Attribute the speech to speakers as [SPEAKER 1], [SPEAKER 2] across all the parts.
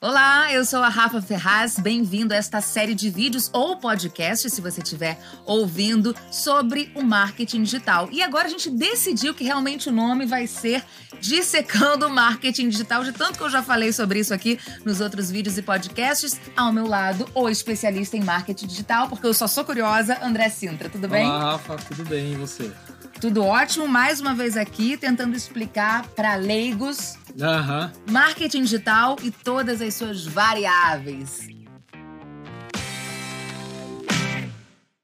[SPEAKER 1] Olá, eu sou a Rafa Ferraz. Bem-vindo a esta série de vídeos ou podcast, se você estiver ouvindo, sobre o marketing digital. E agora a gente decidiu que realmente o nome vai ser Dissecando o Marketing Digital, de tanto que eu já falei sobre isso aqui nos outros vídeos e podcasts. Ao meu lado, o especialista em marketing digital, porque eu só sou curiosa, André Sintra. Tudo bem?
[SPEAKER 2] Olá, Rafa, tudo bem e você?
[SPEAKER 1] Tudo ótimo, mais uma vez aqui tentando explicar para leigos
[SPEAKER 2] Aham.
[SPEAKER 1] marketing digital e todas as suas variáveis.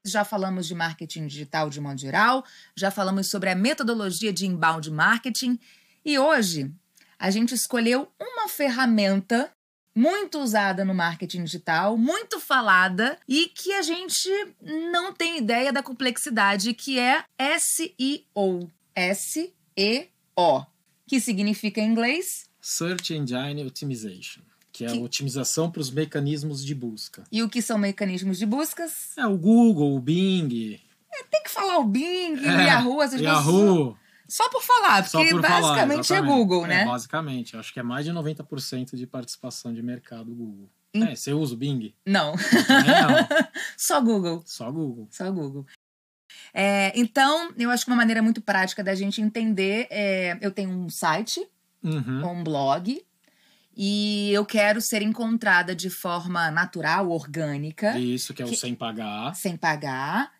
[SPEAKER 1] Já falamos de marketing digital de modo geral, já falamos sobre a metodologia de inbound marketing e hoje a gente escolheu uma ferramenta muito usada no marketing digital, muito falada e que a gente não tem ideia da complexidade que é SEO. S-E-O, que significa em inglês
[SPEAKER 2] Search Engine Optimization, que é
[SPEAKER 1] Que-
[SPEAKER 2] a otimização para os mecanismos de busca.
[SPEAKER 1] E o que são mecanismos de buscas?
[SPEAKER 2] É o Google, o Bing,
[SPEAKER 1] Tem que falar o Bing, o
[SPEAKER 2] É,
[SPEAKER 1] Yahoo, essas coisas.
[SPEAKER 2] Yahoo.
[SPEAKER 1] Só por falar,
[SPEAKER 2] Só
[SPEAKER 1] é porque
[SPEAKER 2] por
[SPEAKER 1] basicamente
[SPEAKER 2] falar,
[SPEAKER 1] é
[SPEAKER 2] exatamente.
[SPEAKER 1] Google,
[SPEAKER 2] É,
[SPEAKER 1] né?
[SPEAKER 2] basicamente, acho que é mais de 90% de participação de mercado Google.
[SPEAKER 1] Hum.
[SPEAKER 2] É, você usa o Bing?
[SPEAKER 1] Não,
[SPEAKER 2] Também não,
[SPEAKER 1] só Google.
[SPEAKER 2] só Google.
[SPEAKER 1] Só Google. É, então, eu acho que uma maneira muito prática da gente entender é, eu tenho um site,
[SPEAKER 2] Uhum.
[SPEAKER 1] ou um blog, e eu quero ser encontrada de forma natural, orgânica,
[SPEAKER 2] Isso, que é o
[SPEAKER 1] Que-
[SPEAKER 2] sem pagar.
[SPEAKER 1] sem pagar.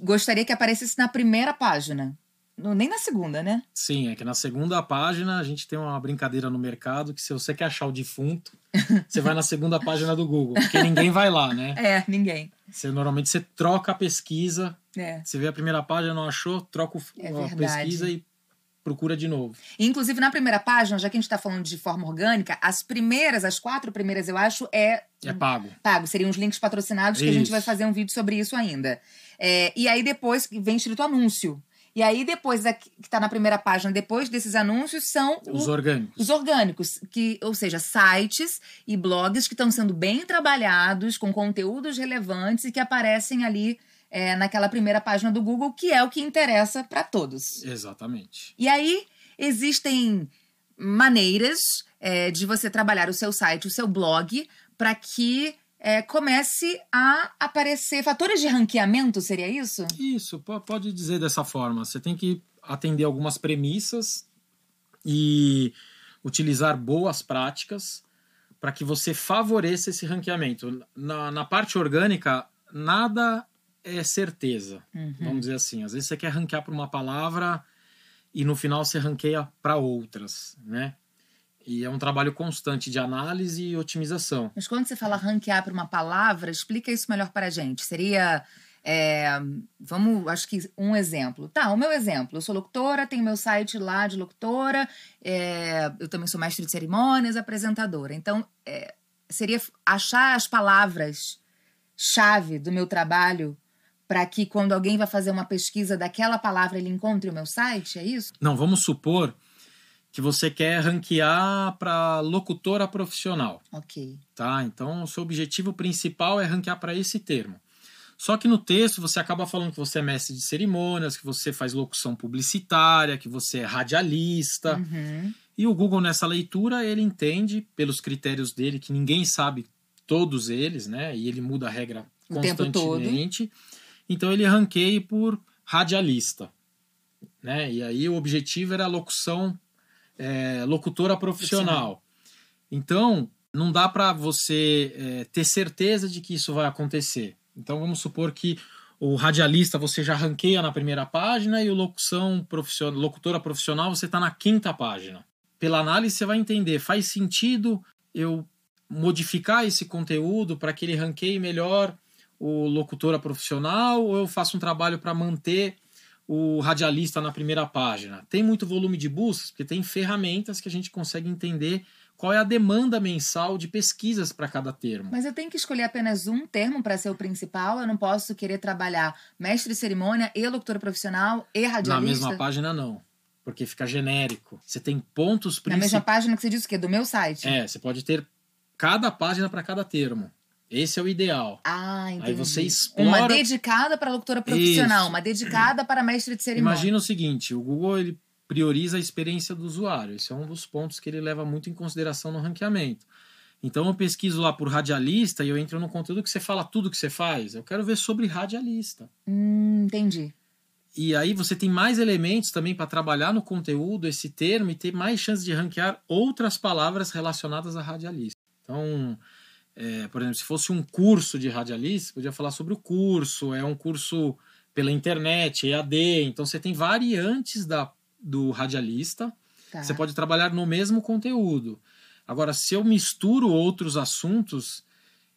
[SPEAKER 1] Gostaria que aparecesse na primeira página. No- Nem na segunda, né?
[SPEAKER 2] Sim, é que na segunda página a gente tem uma brincadeira no mercado que se você quer achar o defunto, você vai na segunda página do Google, porque ninguém vai lá, né?
[SPEAKER 1] É, ninguém.
[SPEAKER 2] Você, normalmente você troca a pesquisa,
[SPEAKER 1] É.
[SPEAKER 2] você vê a primeira página, não achou, troca o,
[SPEAKER 1] É
[SPEAKER 2] a
[SPEAKER 1] verdade.
[SPEAKER 2] pesquisa e procura de novo.
[SPEAKER 1] Inclusive, na primeira página, já que a gente está falando de forma orgânica, as primeiras, as quatro primeiras, eu acho, é
[SPEAKER 2] É pago.
[SPEAKER 1] pago. Seriam os links patrocinados, que a gente
[SPEAKER 2] Isso.
[SPEAKER 1] vai fazer um vídeo sobre isso ainda. É, e aí depois vem escrito anúncio. E aí depois, aqui- que está na primeira página, depois desses anúncios, são o-
[SPEAKER 2] Os orgânicos.
[SPEAKER 1] os orgânicos, que, ou seja, sites e blogs que estão sendo bem trabalhados, com conteúdos relevantes e que aparecem ali é, naquela primeira página do Google, que é o que interessa para todos.
[SPEAKER 2] Exatamente.
[SPEAKER 1] E aí existem maneiras é, de você trabalhar o seu site, o seu blog, para que é, comece a aparecer fatores de ranqueamento, seria isso?
[SPEAKER 2] Isso, po- pode dizer dessa forma. Você tem que atender algumas premissas e utilizar boas práticas para que você favoreça esse ranqueamento. Na, na parte orgânica, nada é certeza. Vamos dizer assim, às vezes você quer ranquear para uma palavra e no final você ranqueia para outras, né? E é um trabalho constante de análise e otimização.
[SPEAKER 1] Mas quando você fala ranquear para uma palavra, explica isso melhor para gente. Seria. é, vamos, acho que um exemplo. Tá, o meu exemplo. Eu sou locutora, tenho meu site lá de locutora, é, eu também sou mestre de cerimônias, apresentadora. Então, é, seria f- achar as palavras-chave do meu trabalho para que quando alguém vai fazer uma pesquisa daquela palavra, ele encontre o meu site? É isso?
[SPEAKER 2] Não, vamos supor que você quer ranquear para locutora profissional,
[SPEAKER 1] Ok.
[SPEAKER 2] tá? Então, o seu objetivo principal é ranquear para esse termo. Só que no texto você acaba falando que você é mestre de cerimônias, que você faz locução publicitária, que você é radialista.
[SPEAKER 1] Uhum.
[SPEAKER 2] E o Google, nessa leitura, ele entende, pelos critérios dele, que ninguém sabe todos eles, né? E ele muda a regra
[SPEAKER 1] O tempo todo.
[SPEAKER 2] constantemente. Então ele ranqueia por radialista. Né? E aí o objetivo era a locução, é, locutora profissional. Então, não dá para você é, ter certeza de que isso vai acontecer. Então, vamos supor que o radialista você já ranqueia na primeira página e o locução profissional, locutora profissional você está na quinta página. Pela análise você vai entender, faz sentido eu modificar esse conteúdo para que ele ranqueie melhor o locutora profissional ou eu faço um trabalho para manter o radialista na primeira página? Tem muito volume de buscas, porque tem ferramentas que a gente consegue entender qual é a demanda mensal de pesquisas para cada termo.
[SPEAKER 1] Mas eu tenho que escolher apenas um termo para ser o principal. Eu não posso querer trabalhar mestre de cerimônia e locutora profissional e
[SPEAKER 2] Na
[SPEAKER 1] radialista.
[SPEAKER 2] mesma página, não. Porque fica genérico. Você tem pontos
[SPEAKER 1] Na mesma
[SPEAKER 2] principais.
[SPEAKER 1] página que você disse o quê? Do meu site.
[SPEAKER 2] É, você pode ter cada página para cada termo. Esse é o ideal.
[SPEAKER 1] Ah, entendi.
[SPEAKER 2] Aí você
[SPEAKER 1] Uma
[SPEAKER 2] explora.
[SPEAKER 1] dedicada para locutora profissional,
[SPEAKER 2] Isso.
[SPEAKER 1] uma dedicada para mestre de cerimônia.
[SPEAKER 2] Imagina o seguinte: o Google ele prioriza a experiência do usuário. Esse é um dos pontos que ele leva muito em consideração no ranqueamento. Então eu pesquiso lá por radialista e eu entro no conteúdo que você fala tudo que você faz. Eu quero ver sobre radialista.
[SPEAKER 1] Hum, entendi.
[SPEAKER 2] E aí você tem mais elementos também para trabalhar no conteúdo esse termo e ter mais chance de ranquear outras palavras relacionadas a radialista. Então, é, por exemplo, se fosse um curso de radialista, podia falar sobre o curso, é um curso pela internet, EAD. Então você tem variantes da, do radialista.
[SPEAKER 1] Tá.
[SPEAKER 2] Você pode trabalhar no mesmo conteúdo. Agora, se eu misturo outros assuntos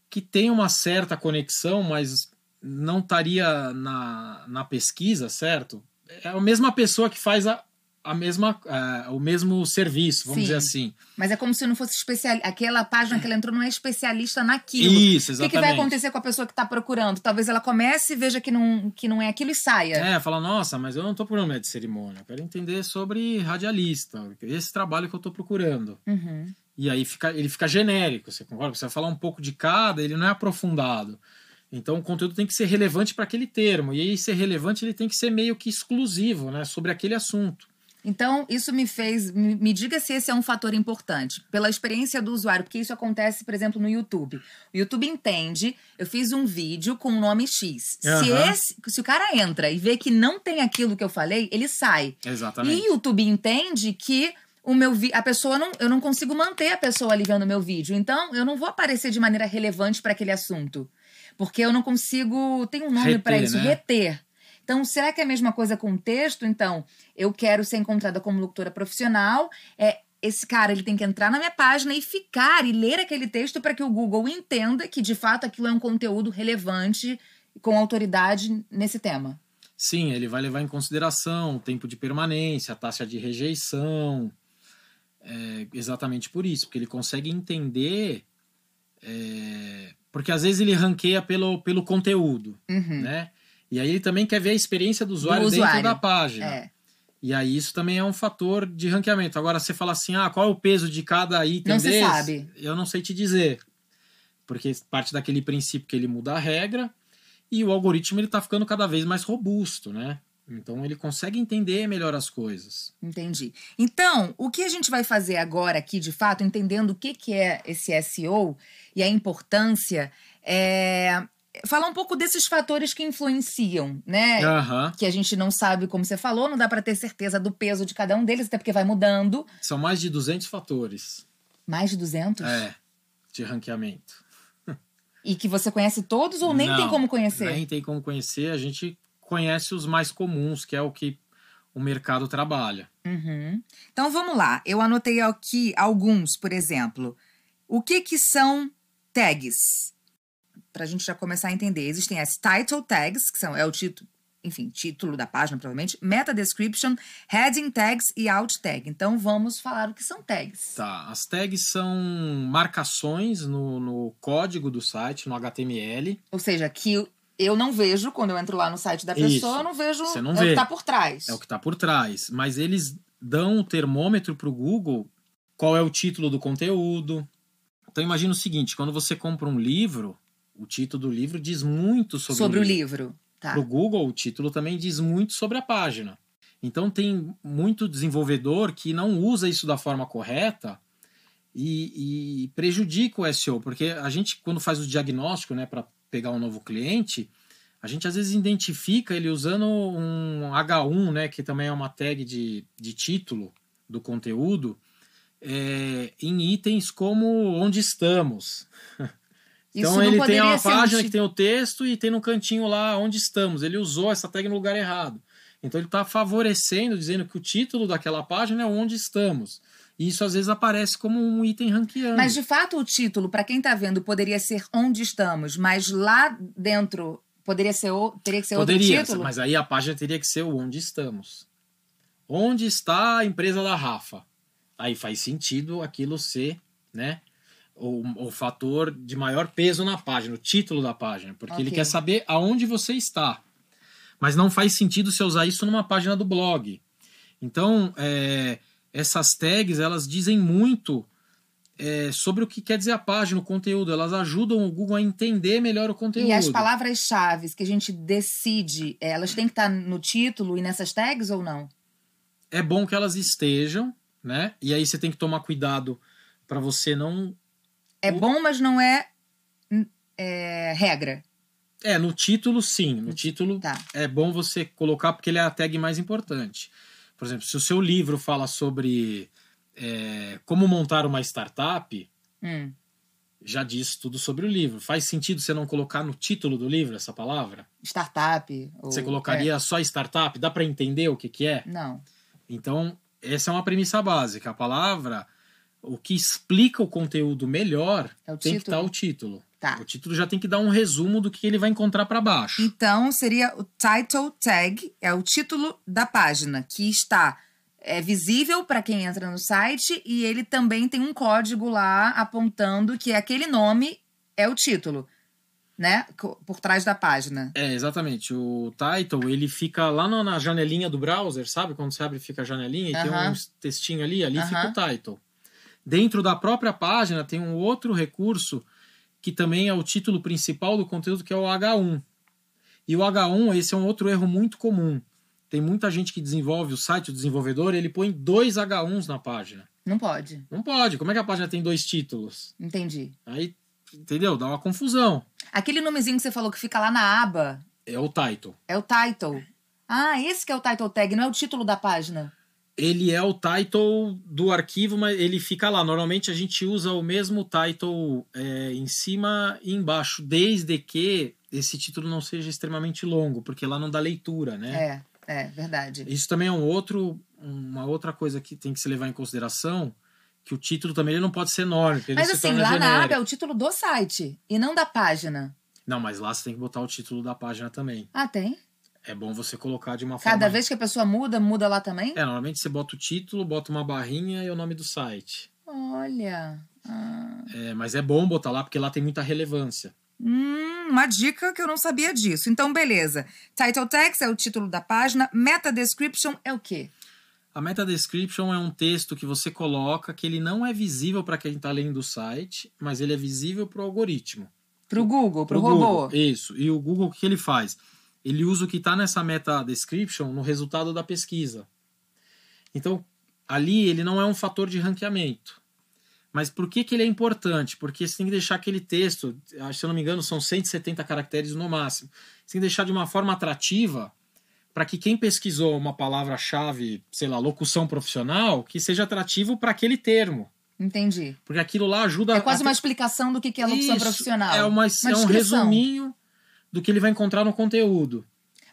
[SPEAKER 2] que têm uma certa conexão, mas não estaria na, na pesquisa, certo? É a mesma pessoa que faz a, a mesma, é, o mesmo serviço, vamos
[SPEAKER 1] Sim.
[SPEAKER 2] dizer assim.
[SPEAKER 1] Mas é como se não fosse especialista. Aquela página que ela entrou não é especialista naquilo.
[SPEAKER 2] Isso,
[SPEAKER 1] o que,
[SPEAKER 2] exatamente.
[SPEAKER 1] que vai acontecer com a pessoa que está procurando? Talvez ela comece e veja que não, que não é aquilo e saia.
[SPEAKER 2] É, fala, nossa, mas eu não estou procurando de cerimônia, eu quero entender sobre radialista, esse trabalho que eu estou procurando.
[SPEAKER 1] Uhum.
[SPEAKER 2] E aí fica, ele fica genérico, você concorda? Você vai falar um pouco de cada, ele não é aprofundado. Então o conteúdo tem que ser relevante para aquele termo. E aí, ser relevante, ele tem que ser meio que exclusivo, né? Sobre aquele assunto.
[SPEAKER 1] Então, isso me fez. Me, me diga se esse é um fator importante, pela experiência do usuário, porque isso acontece, por exemplo, no YouTube. O YouTube entende, eu fiz um vídeo com o nome X. Se,
[SPEAKER 2] Aham.
[SPEAKER 1] esse, se o cara entra e vê que não tem aquilo que eu falei, ele sai.
[SPEAKER 2] Exatamente.
[SPEAKER 1] E o YouTube entende que o meu vi a pessoa não, eu não consigo manter a pessoa ali vendo o meu vídeo. Então, eu não vou aparecer de maneira relevante para aquele assunto. Porque eu não consigo, tem um nome
[SPEAKER 2] Reter,
[SPEAKER 1] para isso,
[SPEAKER 2] né?
[SPEAKER 1] reter. Então, será que é a mesma coisa com o texto? Então, eu quero ser encontrada como locutora profissional, é esse cara ele tem que entrar na minha página e ficar e ler aquele texto para que o Google entenda que de fato aquilo é um conteúdo relevante com autoridade nesse tema.
[SPEAKER 2] Sim, ele vai levar em consideração o tempo de permanência, a taxa de rejeição. É, exatamente por isso, porque ele consegue entender. é, porque às vezes ele ranqueia pelo, pelo conteúdo,
[SPEAKER 1] Uhum.
[SPEAKER 2] né? E aí ele também quer ver a experiência do usuário,
[SPEAKER 1] usuário,
[SPEAKER 2] dentro da página.
[SPEAKER 1] É.
[SPEAKER 2] E aí isso também é um fator de ranqueamento. Agora, você fala assim, ah, qual é o peso de cada item
[SPEAKER 1] Não se
[SPEAKER 2] desse?
[SPEAKER 1] sabe.
[SPEAKER 2] Eu não sei te dizer. Porque parte daquele princípio que ele muda a regra e o algoritmo ele tá ficando cada vez mais robusto, né? Então ele consegue entender melhor as coisas.
[SPEAKER 1] Entendi. Então, o que a gente vai fazer agora aqui, de fato, entendendo o que, que é esse SEO e a importância, é falar um pouco desses fatores que influenciam, né?
[SPEAKER 2] Aham.
[SPEAKER 1] Que a gente não sabe, como você falou, não dá para ter certeza do peso de cada um deles, até porque vai mudando.
[SPEAKER 2] São mais de 200 fatores
[SPEAKER 1] Mais de 200?
[SPEAKER 2] é, de ranqueamento.
[SPEAKER 1] E que você conhece todos ou nem
[SPEAKER 2] Não,
[SPEAKER 1] tem como conhecer?
[SPEAKER 2] Nem Né? tem como conhecer, a gente conhece os mais comuns, que é o que o mercado trabalha.
[SPEAKER 1] Uhum. Então vamos lá. Eu anotei aqui alguns, por exemplo. O que que são tags? Para a gente já começar a entender, existem as title tags, que são é o título, enfim, título da página provavelmente, meta description, heading tags e alt tag. Então vamos falar o que são tags.
[SPEAKER 2] Tá, as tags são marcações no, no código do site, no HTML.
[SPEAKER 1] Ou seja, que eu não vejo quando eu entro lá no site da
[SPEAKER 2] Isso.
[SPEAKER 1] pessoa, eu não vejo
[SPEAKER 2] Você não
[SPEAKER 1] é o
[SPEAKER 2] vê.
[SPEAKER 1] que tá por trás.
[SPEAKER 2] É o que está por trás. Mas eles dão o termômetro para o Google qual é o título do conteúdo. Então imagina o seguinte: quando você compra um livro, o título do livro diz muito sobre,
[SPEAKER 1] sobre, o livro, tá?
[SPEAKER 2] Para o Google, o título também diz muito sobre a página. Então tem muito desenvolvedor que não usa isso da forma correta e, e prejudica o SEO, porque a gente, quando faz o diagnóstico né, para pegar um novo cliente, a gente às vezes identifica ele usando um H1, né, que também é uma tag de, de título do conteúdo, é, em itens como onde estamos,
[SPEAKER 1] Isso
[SPEAKER 2] então
[SPEAKER 1] não
[SPEAKER 2] ele tem
[SPEAKER 1] poderia
[SPEAKER 2] uma
[SPEAKER 1] ser um
[SPEAKER 2] página
[SPEAKER 1] ti-
[SPEAKER 2] que tem o texto e tem no cantinho lá onde estamos. Ele usou essa tag no lugar errado. Então ele está favorecendo, dizendo que o título daquela página é onde estamos. E isso às vezes aparece como um item ranqueando.
[SPEAKER 1] Mas de fato o título, para quem tá vendo, poderia ser Onde Estamos, mas lá dentro poderia ser o- teria que ser
[SPEAKER 2] Poderia,
[SPEAKER 1] outro título?
[SPEAKER 2] mas aí a página teria que ser o onde estamos. Onde está a empresa da Rafa? Aí faz sentido aquilo ser, né? O, o fator de maior peso na página, o título da página, porque ele
[SPEAKER 1] Ok.
[SPEAKER 2] quer saber aonde você está. Mas não faz sentido você usar isso numa página do blog. Então, é, essas tags, elas dizem muito é, sobre o que quer dizer a página, o conteúdo. Elas ajudam o Google a entender melhor o conteúdo.
[SPEAKER 1] E as palavras-chave que a gente decide, eh, elas têm que estar no título e nessas tags ou não?
[SPEAKER 2] é bom que elas estejam, né? E aí você tem que tomar cuidado para você não
[SPEAKER 1] É bom, mas não é, é regra.
[SPEAKER 2] É, no título sim. No título
[SPEAKER 1] Tá.
[SPEAKER 2] é bom você colocar porque ele é a tag mais importante. Por exemplo, se o seu livro fala sobre é, como montar uma startup,
[SPEAKER 1] Hum.
[SPEAKER 2] já diz tudo sobre o livro. Faz sentido você não colocar no título do livro essa palavra?
[SPEAKER 1] Startup. Ou,
[SPEAKER 2] Você colocaria só startup? Dá para entender o que, que
[SPEAKER 1] é,
[SPEAKER 2] é?
[SPEAKER 1] Não.
[SPEAKER 2] Então, essa é uma premissa básica. A palavra, o que explica o conteúdo melhor,
[SPEAKER 1] É o
[SPEAKER 2] tem que estar
[SPEAKER 1] título.
[SPEAKER 2] o título.
[SPEAKER 1] Tá.
[SPEAKER 2] O título já tem que dar um resumo do que ele vai encontrar para baixo.
[SPEAKER 1] Então, seria o title tag, é o título da página, que está é, visível para quem entra no site e ele também tem um código lá apontando que aquele nome é o título, né? Co- Por trás da página.
[SPEAKER 2] É, exatamente. O title, ele fica lá na, na janelinha do browser, sabe? Quando você abre, fica a janelinha e tem
[SPEAKER 1] Aham.
[SPEAKER 2] um textinho ali, ali
[SPEAKER 1] Aham.
[SPEAKER 2] fica o title. Dentro da própria página tem um outro recurso que também é o título principal do conteúdo, que é o H1. E o H1, esse é um outro erro muito comum. Tem muita gente que desenvolve o site, o desenvolvedor, ele põe dois H1s na página.
[SPEAKER 1] Não pode.
[SPEAKER 2] Não pode. Como é que a página tem dois títulos?
[SPEAKER 1] Entendi.
[SPEAKER 2] Aí, entendeu? Dá uma confusão.
[SPEAKER 1] Aquele nomezinho que você falou que fica lá na aba
[SPEAKER 2] É o title.
[SPEAKER 1] é o title. Ah, esse que é o title tag, não é o título da página.
[SPEAKER 2] ele é o title do arquivo, mas ele fica lá. Normalmente a gente usa o mesmo title é, em cima e embaixo, desde que esse título não seja extremamente longo, porque lá não dá leitura, né?
[SPEAKER 1] É, é, verdade.
[SPEAKER 2] Isso também é um outro, uma outra coisa que tem que se levar em consideração, que o título também ele não pode ser enorme, porque
[SPEAKER 1] Mas
[SPEAKER 2] ele se
[SPEAKER 1] assim,
[SPEAKER 2] torna
[SPEAKER 1] lá na aba
[SPEAKER 2] genérico.
[SPEAKER 1] é o título do site e não da página.
[SPEAKER 2] Não, mas lá você tem que botar o título da página também.
[SPEAKER 1] Ah, tem?
[SPEAKER 2] É bom você colocar de uma
[SPEAKER 1] Cada
[SPEAKER 2] forma...
[SPEAKER 1] vez que a pessoa muda, muda lá também?
[SPEAKER 2] É, normalmente você bota o título, bota uma barrinha e o nome do site.
[SPEAKER 1] Olha. ah.
[SPEAKER 2] É, mas é bom botar lá, porque lá tem muita relevância.
[SPEAKER 1] Hum, uma dica que eu não sabia disso. Então, beleza. Title text é o título da página. Meta description é o quê?
[SPEAKER 2] A meta description é um texto que você coloca que ele não é visível para quem está lendo o site, mas ele é visível para o algoritmo.
[SPEAKER 1] Pro Google, pro,
[SPEAKER 2] Pro
[SPEAKER 1] robô.
[SPEAKER 2] Google, Isso. E o Google, o que ele faz? Ele usa o que está nessa meta description no resultado da pesquisa. Então, ali ele não é um fator de ranqueamento. Mas por que, que ele é importante? Porque você tem que deixar aquele texto, ah, se eu não me engano, são 170 caracteres no máximo. Você tem que deixar de uma forma atrativa para que quem pesquisou uma palavra-chave, sei lá, locução profissional, que seja atrativo para aquele termo.
[SPEAKER 1] Entendi.
[SPEAKER 2] Porque aquilo lá ajuda
[SPEAKER 1] É quase
[SPEAKER 2] a
[SPEAKER 1] uma explicação do que que é a locução
[SPEAKER 2] isso,
[SPEAKER 1] profissional.
[SPEAKER 2] É, uma, é um
[SPEAKER 1] descrição.
[SPEAKER 2] resuminho do que ele vai encontrar no conteúdo.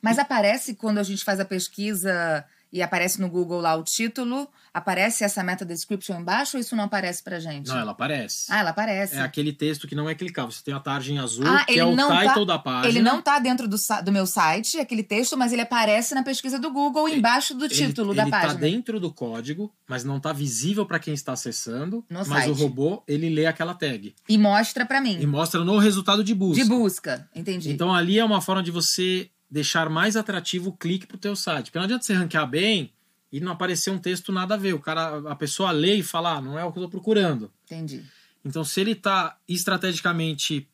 [SPEAKER 1] Mas aparece quando a gente faz a pesquisa e aparece no Google lá o título, aparece essa meta description embaixo ou isso não aparece pra gente?
[SPEAKER 2] Não, ela aparece.
[SPEAKER 1] Ah, ela aparece.
[SPEAKER 2] É aquele texto que não é clicável. Você tem a tarja em azul,
[SPEAKER 1] Ah,
[SPEAKER 2] que
[SPEAKER 1] ele
[SPEAKER 2] é o
[SPEAKER 1] não tá-
[SPEAKER 2] title da página.
[SPEAKER 1] Ele não tá dentro do, sa- do meu site, aquele texto, mas ele aparece na pesquisa do Google embaixo do
[SPEAKER 2] Ele-
[SPEAKER 1] título da
[SPEAKER 2] ele
[SPEAKER 1] página.
[SPEAKER 2] tá dentro do código, mas não tá visível para quem está acessando.
[SPEAKER 1] No
[SPEAKER 2] mas
[SPEAKER 1] site.
[SPEAKER 2] o robô, ele lê aquela tag.
[SPEAKER 1] E mostra pra
[SPEAKER 2] E
[SPEAKER 1] mim.
[SPEAKER 2] mostra no resultado de busca.
[SPEAKER 1] De busca. Entendi.
[SPEAKER 2] Então ali é uma forma de você deixar mais atrativo o clique pro teu site. Porque não adianta você ranquear bem e não aparecer um texto nada a ver. O cara, a pessoa lê e fala, ah, não é o que eu tô procurando.
[SPEAKER 1] Entendi.
[SPEAKER 2] Então, se ele está estrategicamente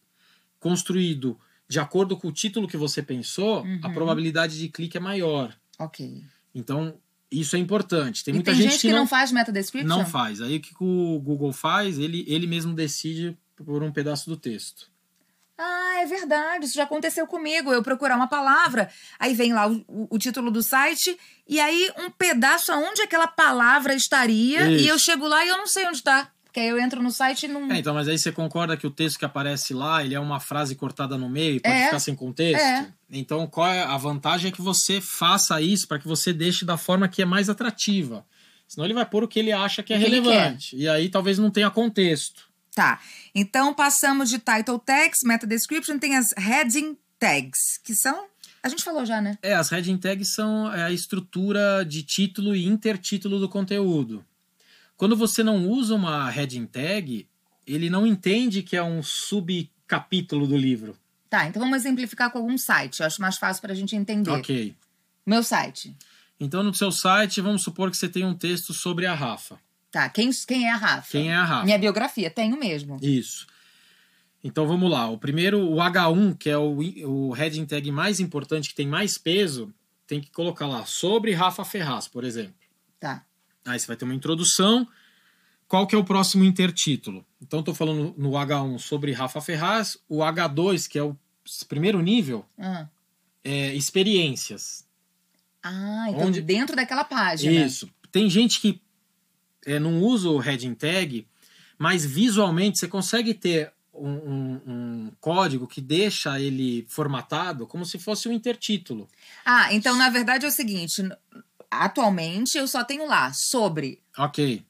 [SPEAKER 2] construído de acordo com o título que você pensou,
[SPEAKER 1] Uhum.
[SPEAKER 2] a probabilidade de clique é maior.
[SPEAKER 1] Ok.
[SPEAKER 2] Então, isso é importante. Tem
[SPEAKER 1] e
[SPEAKER 2] muita
[SPEAKER 1] tem
[SPEAKER 2] gente, que,
[SPEAKER 1] não,
[SPEAKER 2] não,
[SPEAKER 1] faz meta description?
[SPEAKER 2] não faz. Aí, o que o Google faz? Ele, ele mesmo decide por um pedaço do texto.
[SPEAKER 1] Ah, é verdade. Isso já aconteceu comigo. Eu procurar uma palavra, aí vem lá o, o- o título do site, e aí um pedaço aonde aquela palavra estaria, e
[SPEAKER 2] Isso.
[SPEAKER 1] eu chego lá e eu não sei onde tá. Porque aí eu entro no site e não.
[SPEAKER 2] É, então, mas aí você concorda que o texto que aparece lá, ele é uma frase cortada no meio e pode
[SPEAKER 1] É.
[SPEAKER 2] ficar sem contexto?
[SPEAKER 1] É.
[SPEAKER 2] Então, qual é a vantagem é que você faça isso para que você deixe da forma que é mais atrativa. Senão ele vai pôr o que ele acha que é
[SPEAKER 1] O que ele
[SPEAKER 2] relevante. E aí talvez não tenha contexto.
[SPEAKER 1] Tá. Então passamos de title tags, meta description, tem as heading tags, que são. A gente falou já, né?
[SPEAKER 2] É, as heading tags são é, a estrutura de título e intertítulo do conteúdo. Quando você não usa uma heading tag, ele não entende que é um subcapítulo do livro.
[SPEAKER 1] Tá, então vamos exemplificar com algum site. Eu acho mais fácil pra gente entender.
[SPEAKER 2] Ok.
[SPEAKER 1] Meu site.
[SPEAKER 2] Então, no seu site, vamos supor que você tem um texto sobre a Rafa.
[SPEAKER 1] Tá, quem, quem é a Rafa?
[SPEAKER 2] Quem é a Rafa?
[SPEAKER 1] Minha biografia, tenho mesmo.
[SPEAKER 2] Isso. Então vamos lá. O primeiro, o H1, que é o, i- o heading tag mais importante, que tem mais peso, tem que colocar lá sobre Rafa Ferraz, por exemplo.
[SPEAKER 1] Tá.
[SPEAKER 2] Aí você vai ter uma introdução, qual que é o próximo intertítulo? Então, estou falando no H1 sobre Rafa Ferraz, o H2, que é o primeiro nível,
[SPEAKER 1] Ah,
[SPEAKER 2] é experiências.
[SPEAKER 1] Ah, então
[SPEAKER 2] Onde-
[SPEAKER 1] dentro daquela página.
[SPEAKER 2] Isso. Tem gente que é, não usa o heading tag, mas visualmente você consegue ter um, um- um código que deixa ele formatado como se fosse um intertítulo.
[SPEAKER 1] Ah, então na verdade é o seguinte: n- atualmente eu só tenho lá sobre.
[SPEAKER 2] Ok.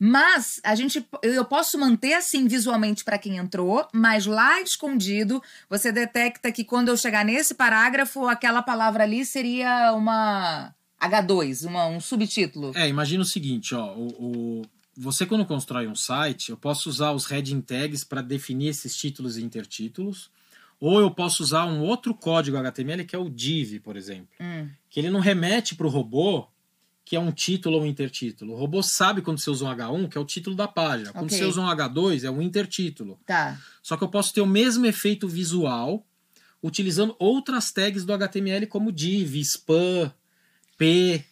[SPEAKER 1] Mas a gente eu eu posso manter assim visualmente para quem entrou, mas lá escondido você detecta que quando eu chegar nesse parágrafo, aquela palavra ali seria uma H2, uma, um subtítulo.
[SPEAKER 2] É, imagina o seguinte, ó, o, o- você quando constrói um site, eu posso usar os heading tags para definir esses títulos e intertítulos, ou eu posso usar um outro código HTML que é o div, por exemplo,
[SPEAKER 1] Hum,
[SPEAKER 2] que ele não remete para o robô que é um título ou um intertítulo. O robô sabe quando você usa um H1, que é o título da página. Quando
[SPEAKER 1] Ok.
[SPEAKER 2] você usa um H2, é um intertítulo.
[SPEAKER 1] tá.
[SPEAKER 2] Só que eu posso ter o mesmo efeito visual utilizando outras tags do HTML como div, spam, p.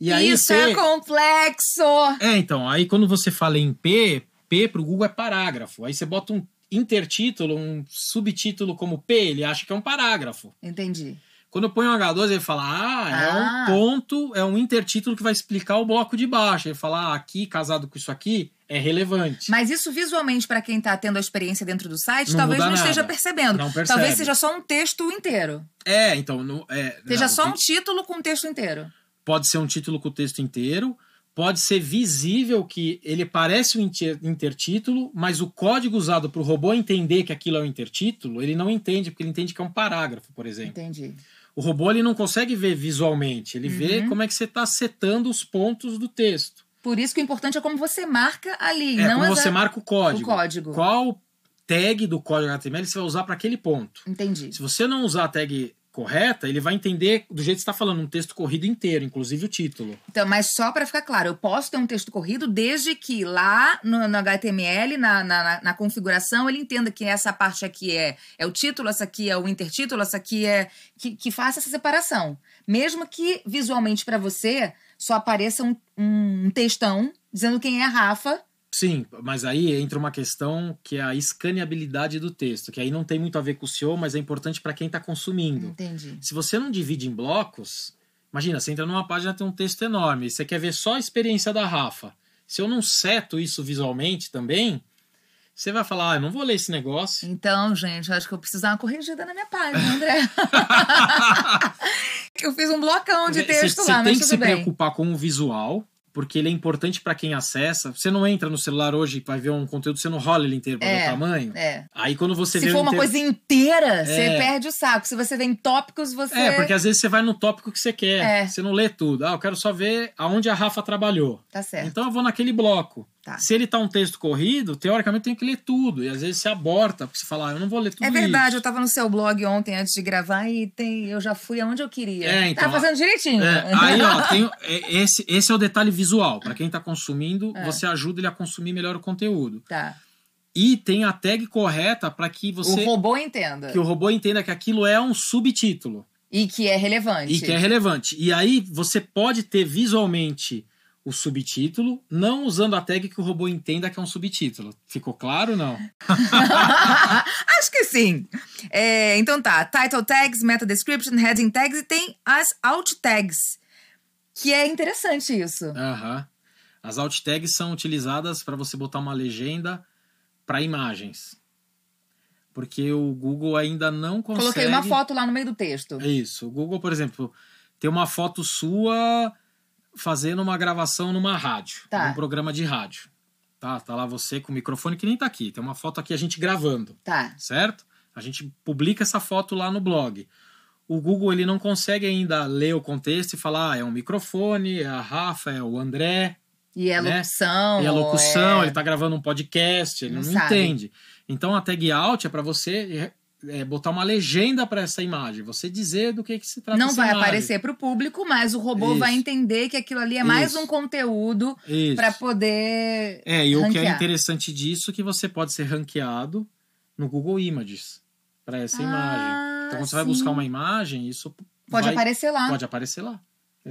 [SPEAKER 2] E aí
[SPEAKER 1] Isso
[SPEAKER 2] você...
[SPEAKER 1] é complexo!
[SPEAKER 2] É, então, aí quando você fala em P, P pro Google é parágrafo. Aí você bota um intertítulo, um subtítulo como P, ele acha que é um parágrafo.
[SPEAKER 1] Entendi.
[SPEAKER 2] Quando eu ponho um H2, ele fala, ah, é
[SPEAKER 1] Ah.
[SPEAKER 2] um ponto, é um intertítulo que vai explicar o bloco de baixo. Ele fala, ah, aqui, casado com isso aqui, é relevante.
[SPEAKER 1] Mas isso visualmente, para quem tá tendo a experiência dentro do site,
[SPEAKER 2] Não
[SPEAKER 1] talvez
[SPEAKER 2] muda
[SPEAKER 1] não
[SPEAKER 2] nada.
[SPEAKER 1] esteja percebendo.
[SPEAKER 2] Não percebe.
[SPEAKER 1] Talvez seja só um texto inteiro.
[SPEAKER 2] É, então, não, é,
[SPEAKER 1] Seja
[SPEAKER 2] não,
[SPEAKER 1] só um título com um texto inteiro.
[SPEAKER 2] pode ser um título com o texto inteiro, pode ser visível que ele parece um inter- intertítulo, mas o código usado para o robô entender que aquilo é um intertítulo, ele não entende, porque ele entende que é um parágrafo, por exemplo.
[SPEAKER 1] Entendi.
[SPEAKER 2] O robô ele não consegue ver visualmente, ele vê
[SPEAKER 1] Uhum.
[SPEAKER 2] como é que você está setando os pontos do texto.
[SPEAKER 1] Por isso que o importante é como você marca ali,
[SPEAKER 2] é
[SPEAKER 1] não
[SPEAKER 2] como
[SPEAKER 1] exa-
[SPEAKER 2] você marca o
[SPEAKER 1] o
[SPEAKER 2] código.
[SPEAKER 1] código.
[SPEAKER 2] Qual tag do código HTML você vai usar para aquele ponto?
[SPEAKER 1] Entendi.
[SPEAKER 2] Se você não usar a tag correta, ele vai entender do jeito que você está falando, um texto corrido inteiro, inclusive o título.
[SPEAKER 1] Então, mas só para ficar claro, eu posso ter um texto corrido desde que lá no, no HTML, na, na- na- na configuração, ele entenda que essa parte aqui é, é o título, essa aqui é o intertítulo, essa aqui é. que, que faça essa separação. Mesmo que visualmente para você só apareça um, um textão dizendo quem é a Rafa.
[SPEAKER 2] Sim, mas aí entra uma questão que é a escaneabilidade do texto, que aí não tem muito a ver com o SEO, mas é importante para quem está consumindo.
[SPEAKER 1] Entendi.
[SPEAKER 2] Se você não divide em blocos, imagina, você entra numa página tem um texto enorme, você quer ver só a experiência da Rafa. Se eu não seto isso visualmente também, você vai falar, ah, eu não vou ler esse negócio.
[SPEAKER 1] Então, gente, eu acho que eu preciso dar uma corrigida na minha página, André. eu fiz um blocão de texto
[SPEAKER 2] você,
[SPEAKER 1] lá,
[SPEAKER 2] tem
[SPEAKER 1] mas
[SPEAKER 2] que
[SPEAKER 1] tudo
[SPEAKER 2] se
[SPEAKER 1] bem.
[SPEAKER 2] preocupar com o visual, porque ele é importante para quem acessa. Você não entra no celular hoje e vai ver um conteúdo, você não rola ele inteiro para
[SPEAKER 1] É.
[SPEAKER 2] ver o tamanho.
[SPEAKER 1] É.
[SPEAKER 2] Aí quando você
[SPEAKER 1] Se
[SPEAKER 2] vê
[SPEAKER 1] for
[SPEAKER 2] o
[SPEAKER 1] uma
[SPEAKER 2] inteiro-
[SPEAKER 1] coisa inteira, você
[SPEAKER 2] É.
[SPEAKER 1] perde o saco. Se você vem tópicos, você.
[SPEAKER 2] É, porque às vezes você vai no tópico que você quer.
[SPEAKER 1] É.
[SPEAKER 2] Você não lê tudo. Ah, eu quero só ver aonde a Rafa trabalhou.
[SPEAKER 1] Tá certo.
[SPEAKER 2] Então eu vou naquele bloco.
[SPEAKER 1] Tá.
[SPEAKER 2] Se ele tá um texto corrido, teoricamente tem que ler tudo. E às vezes você aborta, porque você fala, ah, eu não vou ler tudo
[SPEAKER 1] É verdade, eu
[SPEAKER 2] isso.
[SPEAKER 1] tava no seu blog ontem antes de gravar e tem, eu já fui aonde eu queria.
[SPEAKER 2] É, então,
[SPEAKER 1] tava fazendo direitinho.
[SPEAKER 2] É, aí, ó, tem, o- é- esse, esse é o detalhe visual. Pra quem tá consumindo,
[SPEAKER 1] É.
[SPEAKER 2] você ajuda ele a consumir melhor o conteúdo.
[SPEAKER 1] Tá.
[SPEAKER 2] E tem a tag correta pra que você
[SPEAKER 1] O robô entenda.
[SPEAKER 2] que o robô entenda que aquilo é um subtítulo.
[SPEAKER 1] E que é relevante.
[SPEAKER 2] E que é relevante. E aí você pode ter visualmente o subtítulo, não usando a tag que o robô entenda que é um subtítulo. Ficou claro ou não?
[SPEAKER 1] Acho que sim. É, então tá, title tags, meta description, heading tags e tem as alt tags. Que é interessante isso.
[SPEAKER 2] Aham. As alt tags são utilizadas para você botar uma legenda para imagens. Porque o Google ainda não consegue.
[SPEAKER 1] Coloquei uma foto lá no meio do texto.
[SPEAKER 2] É isso. O Google, por exemplo, tem uma foto sua fazendo uma gravação numa rádio,
[SPEAKER 1] Tá.
[SPEAKER 2] num programa de rádio. Tá, tá lá você com o microfone que nem tá aqui. Tem uma foto aqui a gente gravando.
[SPEAKER 1] Tá.
[SPEAKER 2] certo? A gente publica essa foto lá no blog. O Google ele não consegue ainda ler o contexto e falar ah, é um microfone, é a Rafa, é o André,
[SPEAKER 1] E é
[SPEAKER 2] Né?
[SPEAKER 1] locução.
[SPEAKER 2] é a locução,
[SPEAKER 1] é-
[SPEAKER 2] ele tá gravando um podcast, ele
[SPEAKER 1] Não
[SPEAKER 2] não,
[SPEAKER 1] sabe.
[SPEAKER 2] entende. Então a tag out é para você é, é, botar uma legenda para essa imagem, você dizer do que, que se trata.
[SPEAKER 1] não
[SPEAKER 2] essa
[SPEAKER 1] vai
[SPEAKER 2] imagem.
[SPEAKER 1] aparecer para o público, mas o robô
[SPEAKER 2] Isso.
[SPEAKER 1] vai entender que aquilo ali é mais
[SPEAKER 2] Isso.
[SPEAKER 1] um conteúdo
[SPEAKER 2] Isso.
[SPEAKER 1] para poder.
[SPEAKER 2] É, e o que é
[SPEAKER 1] ranquear.
[SPEAKER 2] interessante disso é que você pode ser ranqueado no Google Images para essa
[SPEAKER 1] Ah,
[SPEAKER 2] imagem. Então quando você vai
[SPEAKER 1] sim.
[SPEAKER 2] buscar uma imagem, isso
[SPEAKER 1] Pode
[SPEAKER 2] vai-
[SPEAKER 1] aparecer lá.
[SPEAKER 2] pode aparecer lá.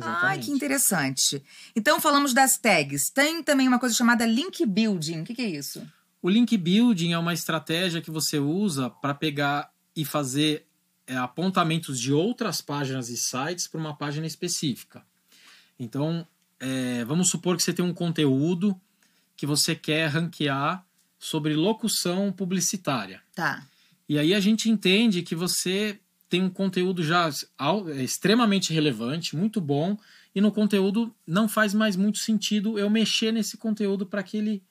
[SPEAKER 1] Ai, que interessante. Então falamos das tags. Tem também uma coisa chamada link building. O que, que é isso?
[SPEAKER 2] O link building é uma estratégia que você usa para pegar e fazer é, apontamentos de outras páginas e sites para uma página específica. Então, é, vamos supor que você tem um conteúdo que você quer ranquear sobre locução publicitária.
[SPEAKER 1] Tá.
[SPEAKER 2] E aí a gente entende que você tem um conteúdo já é, extremamente relevante, muito bom, e no conteúdo não faz mais muito sentido eu mexer nesse conteúdo para que ele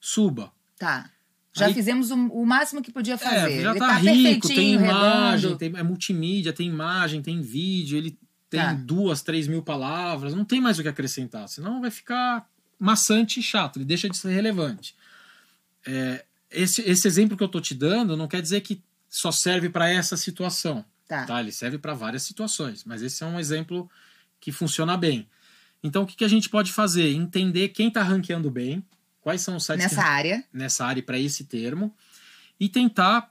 [SPEAKER 2] suba.
[SPEAKER 1] Tá. Já
[SPEAKER 2] Aí-
[SPEAKER 1] fizemos o, o máximo que podia fazer.
[SPEAKER 2] É, já
[SPEAKER 1] Ele
[SPEAKER 2] tá, rico,
[SPEAKER 1] perfeitinho,
[SPEAKER 2] tem imagem,
[SPEAKER 1] redondo.
[SPEAKER 2] tem, é multimídia, tem imagem, tem vídeo, ele tem
[SPEAKER 1] Tá.
[SPEAKER 2] duas, três mil palavras, não tem mais o que acrescentar, senão vai ficar maçante e chato, ele deixa de ser relevante. É, esse, esse exemplo que eu tô te dando não quer dizer que só serve para essa situação
[SPEAKER 1] Tá.
[SPEAKER 2] tá? Ele serve para várias situações, mas esse é um exemplo que funciona bem. Então, o que, que a gente pode fazer? Entender quem está ranqueando bem, quais são os sites que
[SPEAKER 1] Nessa área.
[SPEAKER 2] nessa área para esse termo e tentar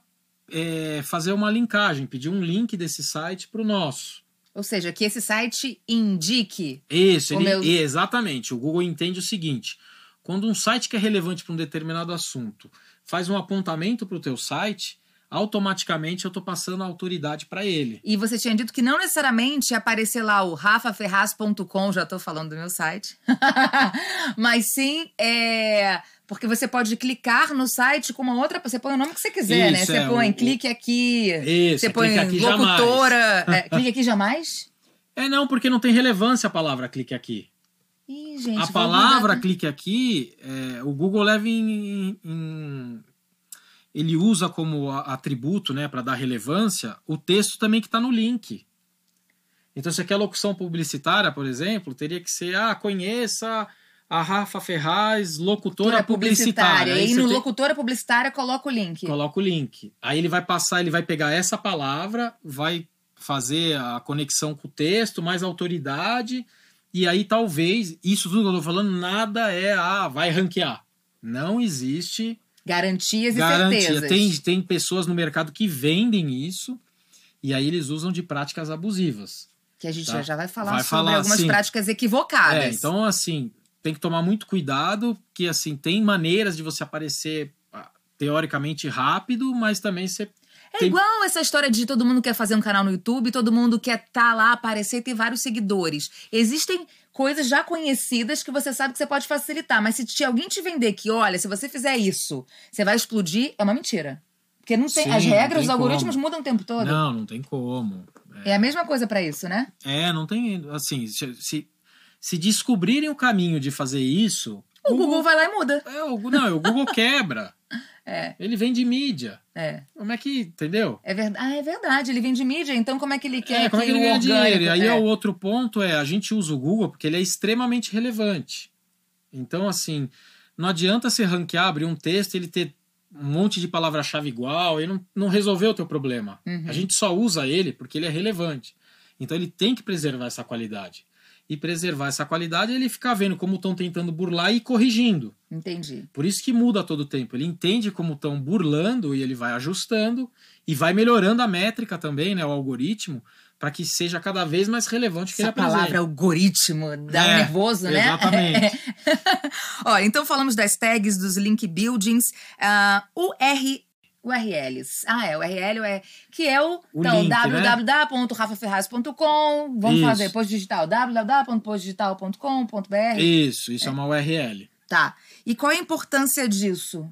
[SPEAKER 2] é, fazer uma linkagem, pedir um link desse site para o nosso.
[SPEAKER 1] Ou seja, que esse site indique.
[SPEAKER 2] Isso,
[SPEAKER 1] O
[SPEAKER 2] ele,
[SPEAKER 1] meu-
[SPEAKER 2] exatamente. O Google entende o seguinte: quando um site que é relevante para um determinado assunto faz um apontamento para o teu site, automaticamente eu estou passando a autoridade para ele.
[SPEAKER 1] E você tinha dito que não necessariamente ia aparecer lá o rafaferraz.com, já tô falando do meu site. Mas sim, é. Porque você pode clicar no site com uma outra. Você põe o nome que você quiser, né?
[SPEAKER 2] Isso,
[SPEAKER 1] Você
[SPEAKER 2] é,
[SPEAKER 1] põe
[SPEAKER 2] o-
[SPEAKER 1] clique aqui.
[SPEAKER 2] Isso,
[SPEAKER 1] É, você
[SPEAKER 2] clica
[SPEAKER 1] põe
[SPEAKER 2] aqui jamais.
[SPEAKER 1] locutora. é, clique aqui jamais?
[SPEAKER 2] É não, porque não tem relevância a palavra clique aqui.
[SPEAKER 1] Ih, gente.
[SPEAKER 2] a
[SPEAKER 1] vou
[SPEAKER 2] palavra
[SPEAKER 1] mudar-
[SPEAKER 2] clique aqui, é, o Google leva em, em- Ele usa como a- atributo, né, para dar relevância, o texto também que está no link. Então, se aquela locução publicitária, por exemplo, teria que ser: ah, conheça a Rafa Ferraz, locutora publicitária. Aí
[SPEAKER 1] E
[SPEAKER 2] você
[SPEAKER 1] no
[SPEAKER 2] tem-
[SPEAKER 1] locutora publicitária coloca o link.
[SPEAKER 2] Coloca o link. Aí ele vai passar, ele vai pegar essa palavra, vai fazer a conexão com o texto, mais autoridade, e aí talvez, isso tudo que eu tô falando, nada é, ah, vai ranquear. Não existe
[SPEAKER 1] Garantias e
[SPEAKER 2] garantia.
[SPEAKER 1] certezas.
[SPEAKER 2] Tem, tem pessoas no mercado que vendem isso, e aí eles usam de práticas abusivas.
[SPEAKER 1] Que a gente
[SPEAKER 2] Tá.
[SPEAKER 1] já vai falar
[SPEAKER 2] Vai
[SPEAKER 1] sobre
[SPEAKER 2] falar,
[SPEAKER 1] algumas
[SPEAKER 2] sim.
[SPEAKER 1] práticas equivocadas.
[SPEAKER 2] É, então, assim, tem que tomar muito cuidado, que, assim, tem maneiras de você aparecer ah, teoricamente rápido, mas também você
[SPEAKER 1] É
[SPEAKER 2] tem-
[SPEAKER 1] igual essa história de todo mundo quer fazer um canal no YouTube, todo mundo quer estar lá, aparecer e ter vários seguidores. Existem coisas já conhecidas que você sabe que você pode facilitar, mas se te- alguém te vender que, olha, se você fizer isso, você vai explodir, é uma mentira. Porque não tem,
[SPEAKER 2] Sim,
[SPEAKER 1] as
[SPEAKER 2] não
[SPEAKER 1] regras,
[SPEAKER 2] tem
[SPEAKER 1] os algoritmos
[SPEAKER 2] como.
[SPEAKER 1] mudam o tempo todo.
[SPEAKER 2] Não, não tem como.
[SPEAKER 1] É a mesma coisa pra isso, né?
[SPEAKER 2] É, não tem. Assim, se, se- se descobrirem o caminho de fazer isso.
[SPEAKER 1] O Google vai lá e muda.
[SPEAKER 2] É, o, Gu- não, o Google quebra.
[SPEAKER 1] É.
[SPEAKER 2] Ele vende mídia.
[SPEAKER 1] É.
[SPEAKER 2] Como é que. Entendeu?
[SPEAKER 1] É verdade. Ah, é verdade. Ele vende mídia, então como é que ele quer?
[SPEAKER 2] É, como é que
[SPEAKER 1] o
[SPEAKER 2] ele ganha
[SPEAKER 1] orgânico-
[SPEAKER 2] dinheiro? E Aí
[SPEAKER 1] é.
[SPEAKER 2] o outro ponto é: a gente usa o Google porque ele é extremamente relevante. Então, assim, não adianta você ranquear, abrir um texto e ele ter um monte de palavra-chave igual e não, não resolveu o teu problema.
[SPEAKER 1] Uhum.
[SPEAKER 2] A gente só usa ele porque ele é relevante. Então, ele tem que preservar essa qualidade. E preservar essa qualidade, é ele fica vendo como estão tentando burlar e corrigindo.
[SPEAKER 1] Entendi.
[SPEAKER 2] Por isso que muda a todo tempo. Ele entende como estão burlando e ele vai ajustando e vai melhorando a métrica também, né, o algoritmo, para que seja cada vez mais relevante o que
[SPEAKER 1] Essa
[SPEAKER 2] ele apresenta.
[SPEAKER 1] palavra algoritmo dá um
[SPEAKER 2] É,
[SPEAKER 1] nervoso, né?
[SPEAKER 2] exatamente.
[SPEAKER 1] Ó, então falamos das tags, dos link buildings, ah, UR, URLs. Ah, é, URL é que é o,
[SPEAKER 2] O
[SPEAKER 1] então,
[SPEAKER 2] link, né?
[SPEAKER 1] www.rafaferraz.com. Vamos
[SPEAKER 2] Isso.
[SPEAKER 1] fazer post digital www.postdigital.com.br.
[SPEAKER 2] Isso, isso é. uma URL.
[SPEAKER 1] Tá. E qual é a importância disso?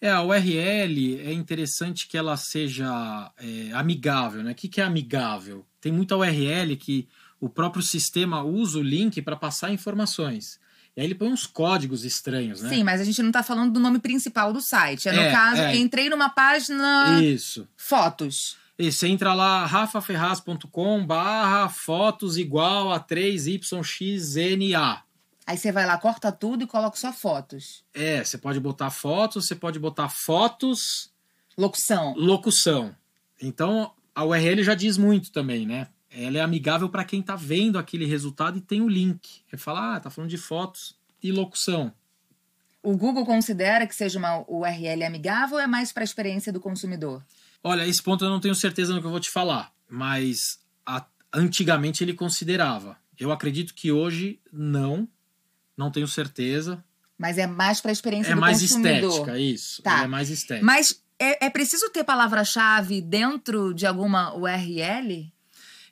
[SPEAKER 2] É, a URL é interessante que ela seja é, amigável, né? O que, que é amigável? Tem muita URL que o próprio sistema usa o link para passar informações. E aí ele põe uns códigos estranhos, né?
[SPEAKER 1] Sim, mas a gente não tá falando do nome principal do site. É no
[SPEAKER 2] É,
[SPEAKER 1] caso,
[SPEAKER 2] é.
[SPEAKER 1] entrei numa página
[SPEAKER 2] Isso.
[SPEAKER 1] fotos.
[SPEAKER 2] E você entra lá, rafaferraz.com barra fotos igual a 3yxna.
[SPEAKER 1] Aí você vai lá, corta tudo e coloca só fotos.
[SPEAKER 2] É, você pode botar fotos, você pode botar fotos,
[SPEAKER 1] Locução.
[SPEAKER 2] locução. Então, a URL já diz muito também, né? Ela é amigável para quem tá vendo aquele resultado e tem o link. Você fala, ah, tá falando de fotos e locução.
[SPEAKER 1] O Google considera que seja uma URL amigável ou é mais para a experiência do consumidor?
[SPEAKER 2] Olha, esse ponto eu não tenho certeza no que eu vou te falar, mas a- antigamente ele considerava. Eu acredito que hoje não, não tenho certeza.
[SPEAKER 1] Mas é mais para a experiência
[SPEAKER 2] É
[SPEAKER 1] do
[SPEAKER 2] mais
[SPEAKER 1] consumidor.
[SPEAKER 2] estética, isso.
[SPEAKER 1] Tá.
[SPEAKER 2] Ela É mais estética.
[SPEAKER 1] Mas é, é preciso ter palavra-chave dentro de alguma URL?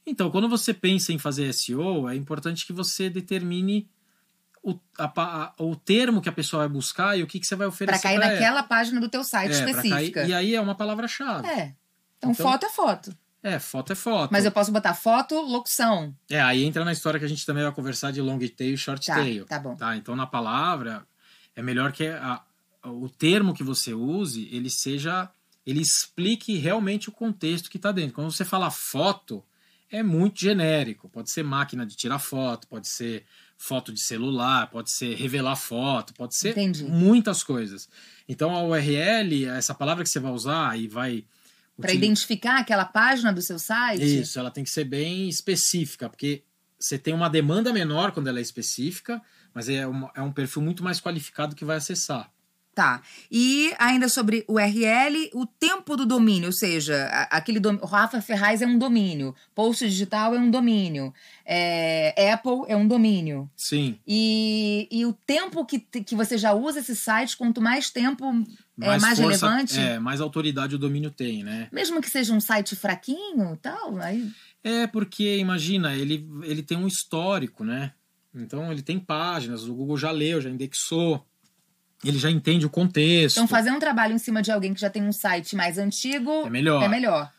[SPEAKER 2] Então, quando você pensa em fazer SEO, é importante que você determine o, a pa- a- o termo que a pessoa vai buscar e o que, que você vai
[SPEAKER 1] Para
[SPEAKER 2] oferecer
[SPEAKER 1] cair
[SPEAKER 2] pra ela.
[SPEAKER 1] naquela página do teu site
[SPEAKER 2] É, pra
[SPEAKER 1] específica.
[SPEAKER 2] cair- e aí é uma palavra-chave.
[SPEAKER 1] É. Então,
[SPEAKER 2] Então-
[SPEAKER 1] foto é foto.
[SPEAKER 2] É. foto é foto.
[SPEAKER 1] Mas eu posso botar foto, locução.
[SPEAKER 2] É, aí entra na história que a gente também vai conversar de long tail e short
[SPEAKER 1] Tá,
[SPEAKER 2] tail.
[SPEAKER 1] tá bom.
[SPEAKER 2] Tá, então na palavra é melhor que a- o termo que você use ele seja ele explique realmente o contexto que está dentro. Quando você fala foto é muito genérico. Pode ser máquina de tirar foto, pode ser foto de celular, pode ser revelar foto, pode ser Hum,
[SPEAKER 1] Entendi.
[SPEAKER 2] muitas coisas. Então a URL, essa palavra que você vai usar e vai
[SPEAKER 1] Para
[SPEAKER 2] utili-
[SPEAKER 1] identificar aquela página do seu site.
[SPEAKER 2] isso, ela tem que ser bem específica, porque você tem uma demanda menor quando ela é específica, mas é, uma- é um perfil muito mais qualificado que vai acessar.
[SPEAKER 1] Tá. E ainda sobre URL, o tempo do domínio, ou seja, a- aquele dom... Rafa Ferraz é um domínio, Post Digital é um domínio, é, Apple é um domínio.
[SPEAKER 2] Sim.
[SPEAKER 1] E, e o tempo que, te- que você já usa esse site, quanto mais tempo, É mais relevante?
[SPEAKER 2] É, mais autoridade o domínio tem, né?
[SPEAKER 1] mesmo que seja um site fraquinho tal, aí.
[SPEAKER 2] É porque, imagina, ele, ele tem um histórico, né? Então ele tem páginas, o Google já leu, já indexou, ele já entende o contexto.
[SPEAKER 1] Então, fazer um trabalho em cima de alguém que já tem um site mais antigo
[SPEAKER 2] É melhor.
[SPEAKER 1] é melhor.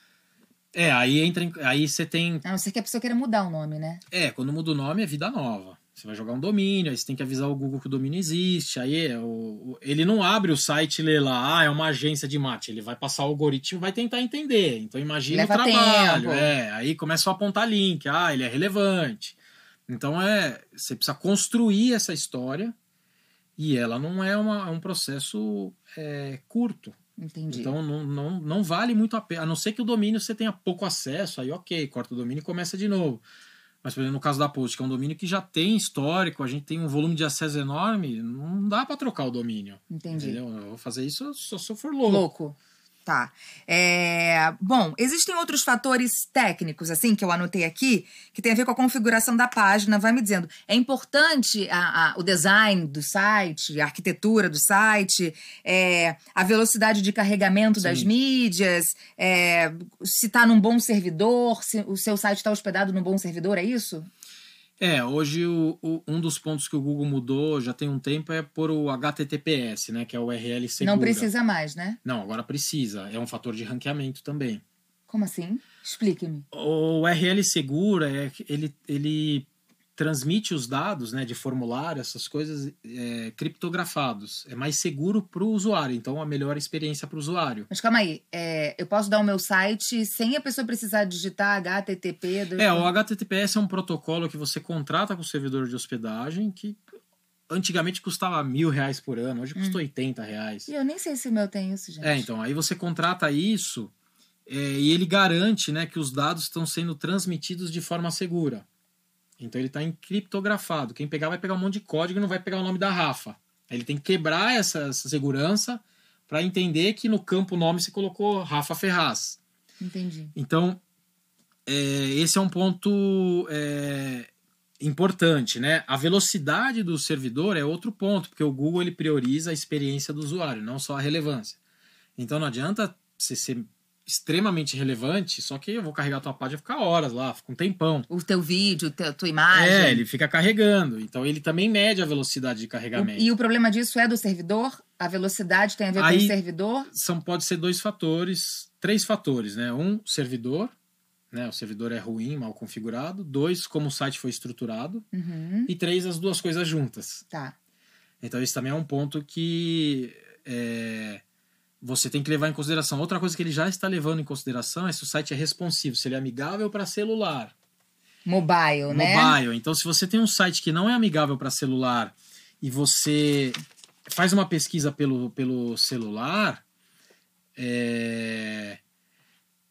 [SPEAKER 2] É, aí entra. em- Aí você tem
[SPEAKER 1] A não ser que a pessoa queira mudar o nome, né?
[SPEAKER 2] É, quando muda o nome é vida nova. Você vai jogar um domínio, aí você tem que avisar o Google que o domínio existe. Aí é o, o- ele não abre o site e lê lá, ah, é uma agência de mate. Ele vai passar o algoritmo, vai tentar entender. Então imagina
[SPEAKER 1] Leva
[SPEAKER 2] o trabalho.
[SPEAKER 1] tempo.
[SPEAKER 2] É, aí começa a apontar link, ah, ele é relevante. Então é, você precisa construir essa história e ela não é, uma- é um processo é, curto.
[SPEAKER 1] Entendi.
[SPEAKER 2] Então não, não, não vale muito a pena. A não ser que o domínio você tenha pouco acesso, aí ok, corta o domínio e começa de novo. Mas, por exemplo, no caso da Post, que é um domínio que já tem histórico, a gente tem um volume de acesso enorme, não dá para trocar o domínio.
[SPEAKER 1] entendi.
[SPEAKER 2] Entendeu? Eu vou fazer isso só se eu for louco.
[SPEAKER 1] Louco. Tá. É, Bom, existem outros fatores técnicos, assim, que eu anotei aqui, que tem a ver com a configuração da página, vai me dizendo. É importante a- a- o design do site, a arquitetura do site, é, a velocidade de carregamento das
[SPEAKER 2] Sim.
[SPEAKER 1] mídias, é, se está num bom servidor, se o seu site está hospedado num bom servidor, é isso?
[SPEAKER 2] É, hoje o- o- um dos pontos que o Google mudou já tem um tempo é por o HTTPS, né? Que é o URL segura.
[SPEAKER 1] Não precisa mais, né?
[SPEAKER 2] Não, agora precisa. É um fator de ranqueamento também.
[SPEAKER 1] Como assim? Explique-me.
[SPEAKER 2] O URL segura, é que ele, ele transmite os dados né, de formulário, essas coisas, é, criptografados. É mais seguro para o usuário, então a melhor experiência para o usuário.
[SPEAKER 1] Mas calma aí, é, eu posso dar o meu site sem a pessoa precisar digitar HTTP? do-
[SPEAKER 2] É, o HTTPS é um protocolo que você contrata com o servidor de hospedagem que antigamente custava mil reais por ano, hoje custa 80 reais.
[SPEAKER 1] E eu nem sei se o meu tem isso, gente.
[SPEAKER 2] É, então, aí você contrata isso é, e ele garante né, que os dados estão sendo transmitidos de forma segura. Então ele está encriptografado. Quem pegar vai pegar um monte de código e não vai pegar o nome da Rafa. Ele tem que quebrar essa, essa segurança para entender que no campo nome se colocou Rafa Ferraz.
[SPEAKER 1] Entendi.
[SPEAKER 2] Então, é, esse é um ponto é, importante, né? A velocidade do servidor é outro ponto, porque o Google ele prioriza a experiência do usuário, não só a relevância. Então, não adianta você ser extremamente relevante, só que eu vou carregar a tua página e ficar horas lá, fica um tempão.
[SPEAKER 1] O teu vídeo, a tua imagem.
[SPEAKER 2] é, ele fica carregando. Então, ele também mede a velocidade de
[SPEAKER 1] Ah, O-
[SPEAKER 2] carregamento.
[SPEAKER 1] e o problema disso é do servidor? A velocidade tem a ver com o
[SPEAKER 2] Aí-
[SPEAKER 1] servidor?
[SPEAKER 2] são pode ser dois fatores, três fatores, né? Um, servidor, né? O servidor é ruim, mal configurado. Dois, como o site foi estruturado.
[SPEAKER 1] Uhum.
[SPEAKER 2] E três, as duas coisas juntas.
[SPEAKER 1] Tá.
[SPEAKER 2] Então isso também é um ponto que é, você tem que levar em consideração. Outra coisa que ele já está levando em consideração é se o site é responsivo, se ele é amigável para celular
[SPEAKER 1] Mobile, né?
[SPEAKER 2] mobile. Então, se você tem um site que não é amigável para celular e você faz uma pesquisa pelo, pelo celular é,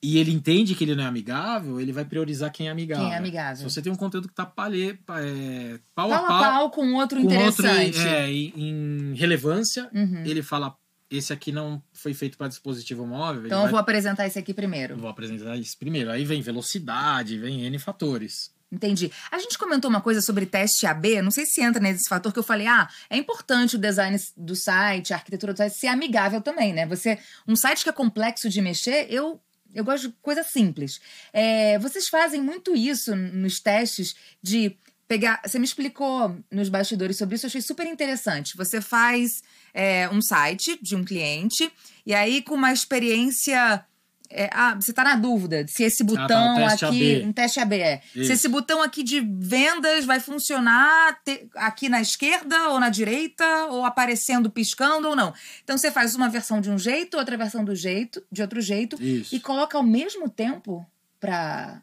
[SPEAKER 2] e ele entende que ele não é amigável, ele vai priorizar quem é amigável.
[SPEAKER 1] Quem é amigável.
[SPEAKER 2] Se você tem um conteúdo que está palhe, pa- é, pau
[SPEAKER 1] Pau a pau com outro
[SPEAKER 2] com outro
[SPEAKER 1] interessante.
[SPEAKER 2] é, em, em relevância,
[SPEAKER 1] Uhum.
[SPEAKER 2] ele fala: esse aqui não foi feito para dispositivo móvel. ele
[SPEAKER 1] Então eu
[SPEAKER 2] vai-
[SPEAKER 1] vou apresentar esse aqui primeiro.
[SPEAKER 2] eu vou apresentar isso primeiro. Aí vem velocidade, vem N fatores.
[SPEAKER 1] Entendi. A gente comentou uma coisa sobre teste AB, não sei se entra nesse fator que eu falei, ah, é importante o design do site, a arquitetura do site ser amigável também, né? Você, um site que é complexo de mexer, eu eu gosto de coisa simples. É, vocês fazem muito isso nos testes de pegar. Você me explicou nos bastidores sobre isso, eu achei super interessante. Você faz é, um site de um cliente e aí com uma experiência. é, ah, você está na dúvida de se esse botão
[SPEAKER 2] um teste
[SPEAKER 1] aqui.
[SPEAKER 2] AB.
[SPEAKER 1] Um teste AB, é.
[SPEAKER 2] Isso.
[SPEAKER 1] Se esse botão aqui de vendas vai funcionar te- aqui na esquerda ou na direita, ou aparecendo, piscando ou não. Então você faz uma versão de um jeito, outra versão do jeito, de outro jeito,
[SPEAKER 2] Isso.
[SPEAKER 1] e coloca ao mesmo tempo pra.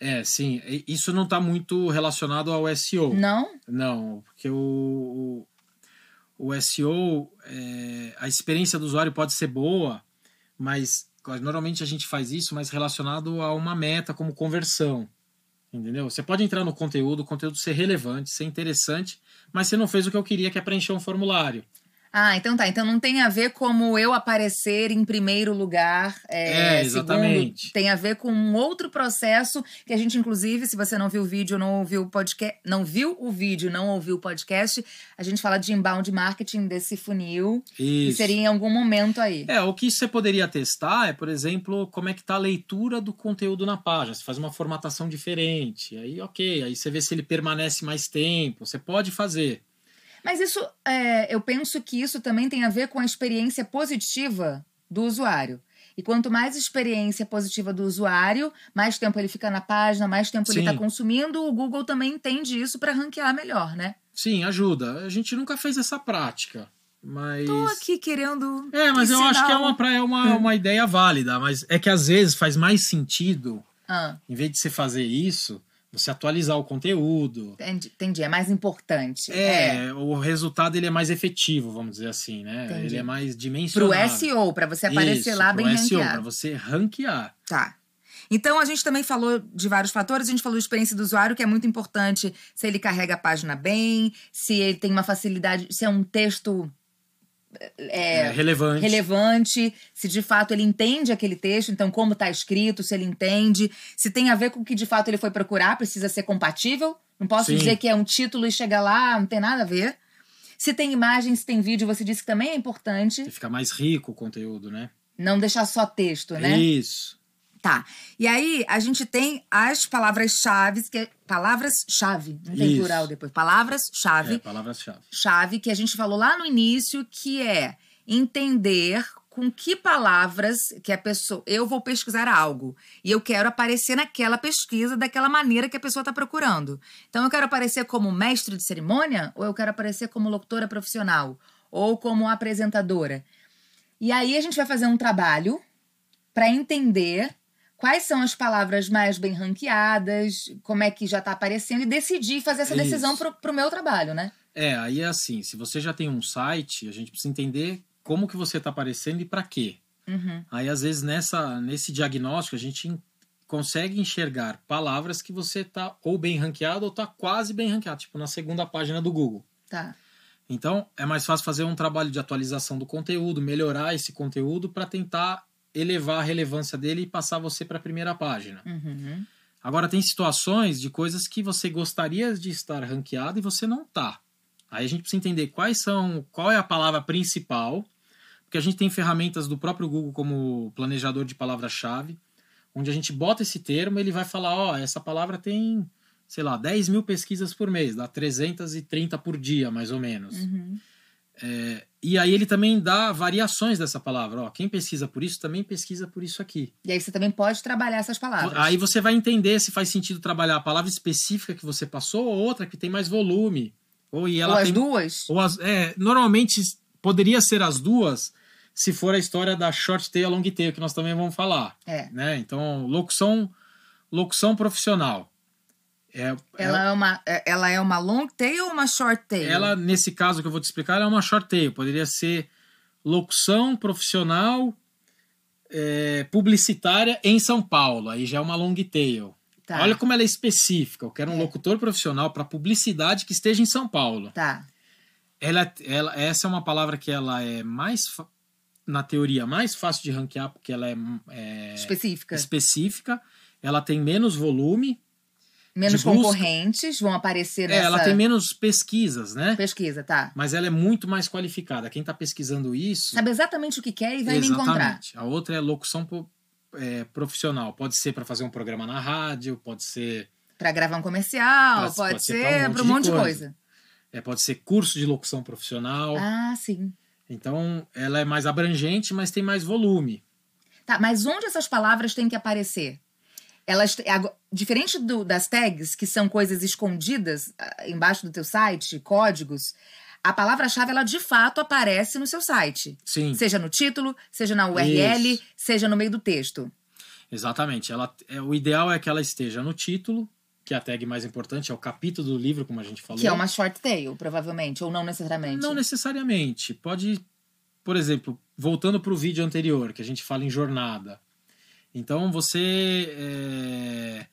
[SPEAKER 2] É, sim. E- Isso não está muito relacionado ao SEO.
[SPEAKER 1] Não?
[SPEAKER 2] Não, porque o, o, o SEO, é, a experiência do usuário pode ser boa, mas normalmente a gente faz isso, mas relacionado a uma meta como conversão. Entendeu? Você pode entrar no conteúdo, o conteúdo ser relevante, ser interessante, mas você não fez o que eu queria, que é preencher um formulário.
[SPEAKER 1] Ah, então tá. Então não tem a ver como eu aparecer em primeiro lugar. É,
[SPEAKER 2] É, exatamente.
[SPEAKER 1] segundo. tem a ver com um outro processo que a gente, inclusive, se você não viu o vídeo, não ouviu o podcast, não viu o vídeo, não ouviu o podcast, a gente fala de inbound marketing desse funil. que
[SPEAKER 2] Isso.
[SPEAKER 1] seria em algum momento aí.
[SPEAKER 2] É, o que você poderia testar é, por exemplo, como é que está a leitura do conteúdo na página. Você faz uma formatação diferente. Aí, ok. Aí você vê se ele permanece mais tempo. Você pode fazer.
[SPEAKER 1] Mas isso, é, eu penso que isso também tem a ver com a experiência positiva do usuário. E quanto mais experiência positiva do usuário, mais tempo ele fica na página, mais tempo ele
[SPEAKER 2] Sim.
[SPEAKER 1] está consumindo, o Google também entende isso para ranquear melhor, né?
[SPEAKER 2] Sim, ajuda. A gente nunca fez essa prática, mas.
[SPEAKER 1] Tô aqui Hum. querendo.
[SPEAKER 2] É, mas eu
[SPEAKER 1] ensinar
[SPEAKER 2] acho que é
[SPEAKER 1] algo.
[SPEAKER 2] uma, pra- é uma, uma ideia válida, mas é que às vezes faz mais sentido,
[SPEAKER 1] Ah,
[SPEAKER 2] em vez de você fazer isso, você atualizar o conteúdo.
[SPEAKER 1] entendi, entendi, é mais importante.
[SPEAKER 2] É, o resultado ele é mais efetivo, vamos dizer assim, né?
[SPEAKER 1] Entendi.
[SPEAKER 2] Ele é mais
[SPEAKER 1] Pro
[SPEAKER 2] dimensionado.
[SPEAKER 1] SEO, para você aparecer
[SPEAKER 2] Isso,
[SPEAKER 1] lá
[SPEAKER 2] pro
[SPEAKER 1] bem
[SPEAKER 2] SEO,
[SPEAKER 1] ranqueado.
[SPEAKER 2] Pra você ranquear.
[SPEAKER 1] Tá. Então a gente também falou de vários fatores, a gente falou de experiência do usuário, que é muito importante se ele carrega a página bem, se ele tem uma facilidade, se é um texto
[SPEAKER 2] É, relevante.
[SPEAKER 1] relevante, se de fato ele entende aquele texto, então como está escrito, se ele entende, se tem a ver com o que de fato ele foi procurar, precisa ser compatível. Não posso
[SPEAKER 2] Sim.
[SPEAKER 1] dizer que é um título e chegar lá, não tem nada a ver. Se tem imagem, se tem vídeo, você disse que também é importante
[SPEAKER 2] Você fica mais rico o conteúdo, né?
[SPEAKER 1] não deixar só texto, né?
[SPEAKER 2] Isso.
[SPEAKER 1] Tá. E aí, a gente tem as palavras-chave, que é palavras-chave, não tem
[SPEAKER 2] Isso.
[SPEAKER 1] plural depois. Palavras-chave,
[SPEAKER 2] É, palavra-chave.
[SPEAKER 1] chave que a gente falou lá no início, que é entender com que palavras que a pessoa. Eu vou pesquisar algo e eu quero aparecer naquela pesquisa daquela maneira que a pessoa está procurando. Então, eu quero aparecer como mestre de cerimônia ou eu quero aparecer como locutora profissional ou como apresentadora. E aí, a gente vai fazer um trabalho para entender. Quais são as palavras mais bem ranqueadas, como é que já está aparecendo, e decidir fazer essa decisão
[SPEAKER 2] Isso.
[SPEAKER 1] para o meu trabalho, né?
[SPEAKER 2] É, aí é assim, se você já tem um site, a gente precisa entender como que você está aparecendo e para quê.
[SPEAKER 1] Uhum.
[SPEAKER 2] Aí, às vezes, nessa, nesse diagnóstico, a gente en- consegue enxergar palavras que você está ou bem ranqueado ou está quase bem ranqueado, tipo na segunda página do Google.
[SPEAKER 1] Tá.
[SPEAKER 2] Então, é mais fácil fazer um trabalho de atualização do conteúdo, melhorar esse conteúdo para tentar elevar a relevância dele e passar você para a primeira página.
[SPEAKER 1] Uhum.
[SPEAKER 2] Agora, tem situações de coisas que você gostaria de estar ranqueado e você não tá. Aí a gente precisa entender quais são, qual é a palavra principal, porque a gente tem ferramentas do próprio Google como planejador de palavra-chave, onde a gente bota esse termo e ele vai falar, ó, essa palavra tem, sei lá, 10 mil pesquisas por mês, dá 330 por dia, mais ou menos.
[SPEAKER 1] Uhum.
[SPEAKER 2] E aí ele também dá variações dessa palavra, ó, quem pesquisa por isso também pesquisa por isso aqui.
[SPEAKER 1] E aí você também pode trabalhar essas palavras.
[SPEAKER 2] Aí você vai entender se faz sentido trabalhar a palavra específica que você passou ou outra que tem mais volume. Ou e ela
[SPEAKER 1] Ou as
[SPEAKER 2] tem-
[SPEAKER 1] duas?
[SPEAKER 2] ou as- é, normalmente poderia ser as duas se for a história da short tail e a long tail que nós também vamos falar,
[SPEAKER 1] É.
[SPEAKER 2] né? Então, locução locução profissional. É,
[SPEAKER 1] Ela é, uma, é- ela é uma long tail ou uma short tail?
[SPEAKER 2] ela, nesse caso que eu vou te explicar, ela é uma short tail. Poderia ser locução profissional é, publicitária em São Paulo. Aí já é uma long tail.
[SPEAKER 1] Tá.
[SPEAKER 2] Olha como ela é específica. Eu quero um
[SPEAKER 1] É.
[SPEAKER 2] locutor profissional para publicidade que esteja em São Paulo.
[SPEAKER 1] Tá.
[SPEAKER 2] Ela, ela, essa é uma palavra que ela é mais, fa- na teoria, mais fácil de ranquear porque ela é, é
[SPEAKER 1] Específica.
[SPEAKER 2] específica. Ela tem menos volume
[SPEAKER 1] Menos
[SPEAKER 2] de busca.
[SPEAKER 1] concorrentes vão aparecer
[SPEAKER 2] É,
[SPEAKER 1] nessa
[SPEAKER 2] ela tem menos pesquisas, né?
[SPEAKER 1] pesquisa, tá?
[SPEAKER 2] Mas ela é muito mais qualificada. Quem está pesquisando isso.
[SPEAKER 1] Sabe exatamente o que quer e vai me encontrar.
[SPEAKER 2] Exatamente. A outra é locução po- é, profissional. Pode ser para fazer um programa na rádio, pode ser,
[SPEAKER 1] Pra gravar um comercial,
[SPEAKER 2] Pode-
[SPEAKER 1] pode,
[SPEAKER 2] pode
[SPEAKER 1] ser
[SPEAKER 2] ser pra um monte
[SPEAKER 1] pra um
[SPEAKER 2] de
[SPEAKER 1] monte de
[SPEAKER 2] coisa.
[SPEAKER 1] coisa.
[SPEAKER 2] é, pode ser curso de locução profissional.
[SPEAKER 1] Ah, sim.
[SPEAKER 2] Então, ela é mais abrangente, mas tem mais volume.
[SPEAKER 1] Tá, mas onde essas palavras têm que aparecer? Elas, te- é ago- diferente do- das tags, que são coisas escondidas ah, embaixo do teu site, códigos, a palavra-chave, ela de fato aparece no seu site.
[SPEAKER 2] Sim,
[SPEAKER 1] Seja no título, seja na URL,
[SPEAKER 2] Isso.
[SPEAKER 1] seja no meio do texto.
[SPEAKER 2] exatamente. Ela, é, o ideal é que ela esteja no título, que é a tag mais importante, é o capítulo do livro, como a gente falou.
[SPEAKER 1] Que é uma short tail, provavelmente, ou não necessariamente.
[SPEAKER 2] Não necessariamente. Pode, por exemplo, voltando para o vídeo anterior, que a gente fala em jornada. Então você é,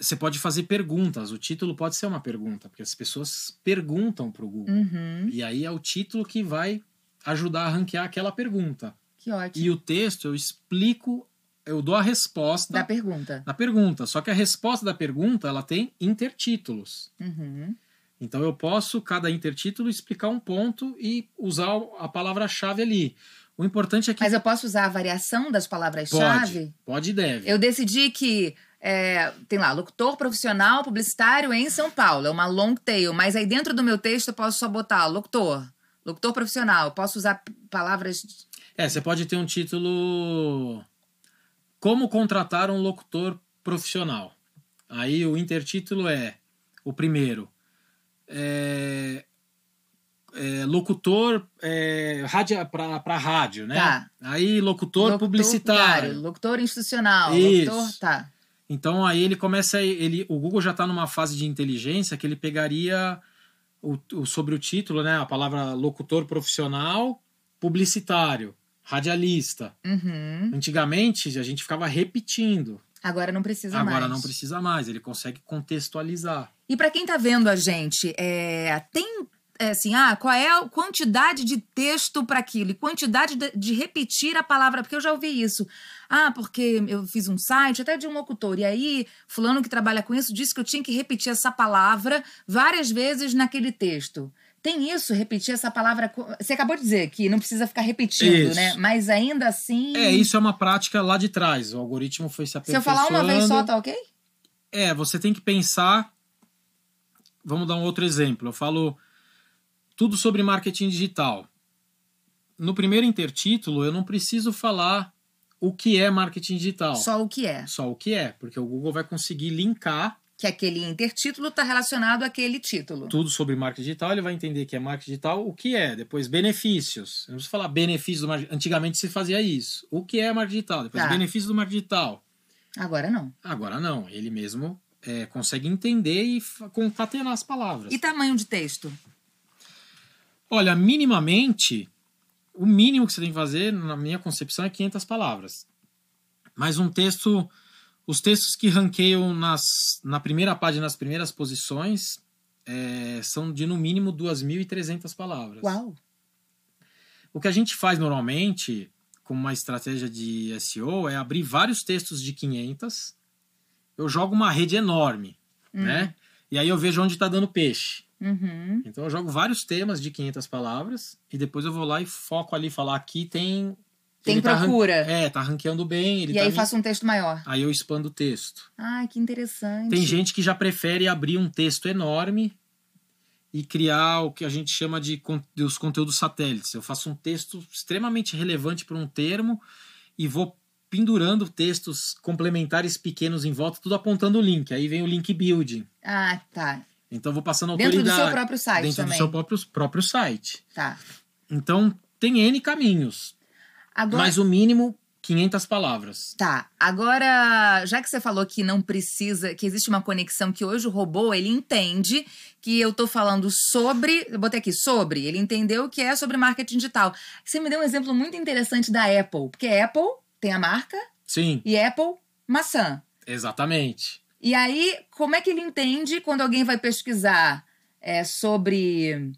[SPEAKER 2] você pode fazer perguntas. O título pode ser uma pergunta, porque as pessoas perguntam para o Google.
[SPEAKER 1] Uhum,
[SPEAKER 2] E aí é o título que vai ajudar a ranquear aquela pergunta.
[SPEAKER 1] que ótimo.
[SPEAKER 2] E o texto eu explico, eu dou a resposta
[SPEAKER 1] Da pergunta.
[SPEAKER 2] da pergunta. Só que a resposta da pergunta ela tem intertítulos.
[SPEAKER 1] Uhum.
[SPEAKER 2] Então eu posso, cada intertítulo, explicar um ponto e usar o- a palavra-chave ali. O importante é que
[SPEAKER 1] Mas eu posso usar a variação das palavras-chave?
[SPEAKER 2] pode e deve.
[SPEAKER 1] Eu decidi que é, tem lá, locutor profissional publicitário em São Paulo. É uma long tail, mas aí dentro do meu texto eu posso só botar locutor, locutor profissional. Eu posso usar p- palavras.
[SPEAKER 2] É, você pode ter um título Como contratar um locutor profissional. Aí o intertítulo é o primeiro. é- é, locutor é, rádio para rádio, né?
[SPEAKER 1] Tá.
[SPEAKER 2] Aí locutor, publicitário.
[SPEAKER 1] Locutor institucional.
[SPEAKER 2] Isso.
[SPEAKER 1] Locutor. Tá.
[SPEAKER 2] Então aí ele começa ele o Google já está numa fase de inteligência que ele pegaria o, o- sobre o título né a palavra locutor profissional publicitário radialista
[SPEAKER 1] Uhum.
[SPEAKER 2] antigamente a gente ficava repetindo
[SPEAKER 1] Agora não precisa mais.
[SPEAKER 2] agora não precisa mais ele consegue contextualizar
[SPEAKER 1] E pra quem tá vendo a gente, é, tem é, assim, ah, qual é a quantidade de texto pra aquilo? E quantidade de, de repetir a palavra, porque eu já ouvi isso. Ah, porque eu fiz um site até de um locutor, e aí fulano que trabalha com isso disse que eu tinha que repetir essa palavra várias vezes naquele texto. Tem isso, repetir essa palavra. co- Você acabou de dizer que não precisa ficar repetindo,
[SPEAKER 2] Isso.
[SPEAKER 1] né? Mas ainda assim.
[SPEAKER 2] é isso é uma prática lá de trás o algoritmo foi se
[SPEAKER 1] Se eu
[SPEAKER 2] aperfeiçoando
[SPEAKER 1] falar uma vez só, tá ok?
[SPEAKER 2] É, você tem que pensar. Vamos dar um outro exemplo. Eu falo tudo sobre marketing digital. No primeiro intertítulo, eu não preciso falar o que é marketing digital.
[SPEAKER 1] Só o que é.
[SPEAKER 2] Só o que é, porque o Google vai conseguir linkar
[SPEAKER 1] Que aquele intertítulo tá relacionado àquele título.
[SPEAKER 2] tudo sobre marketing digital, ele vai entender que é marketing digital, o que é, depois benefícios. Eu não preciso falar benefícios do marketing. Antigamente se fazia isso. O que é marketing digital? Depois
[SPEAKER 1] Tá.
[SPEAKER 2] benefícios do marketing digital.
[SPEAKER 1] Agora não.
[SPEAKER 2] Agora não, ele mesmo é, consegue entender e fa- concatenar as palavras.
[SPEAKER 1] E tamanho de texto?
[SPEAKER 2] Olha, minimamente, o mínimo que você tem que fazer, na minha concepção, é 500 palavras. Mas um texto, os textos que ranqueiam nas, na primeira página, nas primeiras posições, eh, são de no mínimo 2.300 palavras.
[SPEAKER 1] Uau!
[SPEAKER 2] O que a gente faz normalmente, como uma estratégia de SEO, é abrir vários textos de 500, eu jogo uma rede enorme,
[SPEAKER 1] Hum.
[SPEAKER 2] né? E aí eu vejo onde está dando peixe.
[SPEAKER 1] Uhum.
[SPEAKER 2] Então eu jogo vários temas de 500 palavras e depois eu vou lá e foco ali, falar aqui tem...
[SPEAKER 1] Tem
[SPEAKER 2] ele tá ran-
[SPEAKER 1] procura.
[SPEAKER 2] é, tá ranqueando bem, ele
[SPEAKER 1] e
[SPEAKER 2] tá
[SPEAKER 1] aí
[SPEAKER 2] me-
[SPEAKER 1] faço um texto maior.
[SPEAKER 2] Aí eu expando o texto.
[SPEAKER 1] Ah, que interessante.
[SPEAKER 2] Tem gente que já prefere abrir um texto enorme e criar o que a gente chama de con- dos conteúdos satélites. Eu faço um texto extremamente relevante para um termo e vou pendurando textos complementares pequenos em volta, tudo apontando o link. Aí vem o link building.
[SPEAKER 1] Ah, tá.
[SPEAKER 2] Então eu vou passando
[SPEAKER 1] Dentro
[SPEAKER 2] autoridade
[SPEAKER 1] do seu próprio site
[SPEAKER 2] dentro
[SPEAKER 1] também.
[SPEAKER 2] do seu próprio, próprio site.
[SPEAKER 1] Tá.
[SPEAKER 2] Então, tem N caminhos,
[SPEAKER 1] Agora.
[SPEAKER 2] mas o mínimo 500 palavras.
[SPEAKER 1] Tá, agora, já que você falou que não precisa, que existe uma conexão que hoje o robô, ele entende que eu tô falando sobre, eu botei aqui, sobre, ele entendeu que é sobre marketing digital. Você me deu um exemplo muito interessante da Apple, porque Apple tem a marca
[SPEAKER 2] Sim,
[SPEAKER 1] e Apple, maçã.
[SPEAKER 2] exatamente.
[SPEAKER 1] E aí, como é que ele entende quando alguém vai pesquisar é, sobre.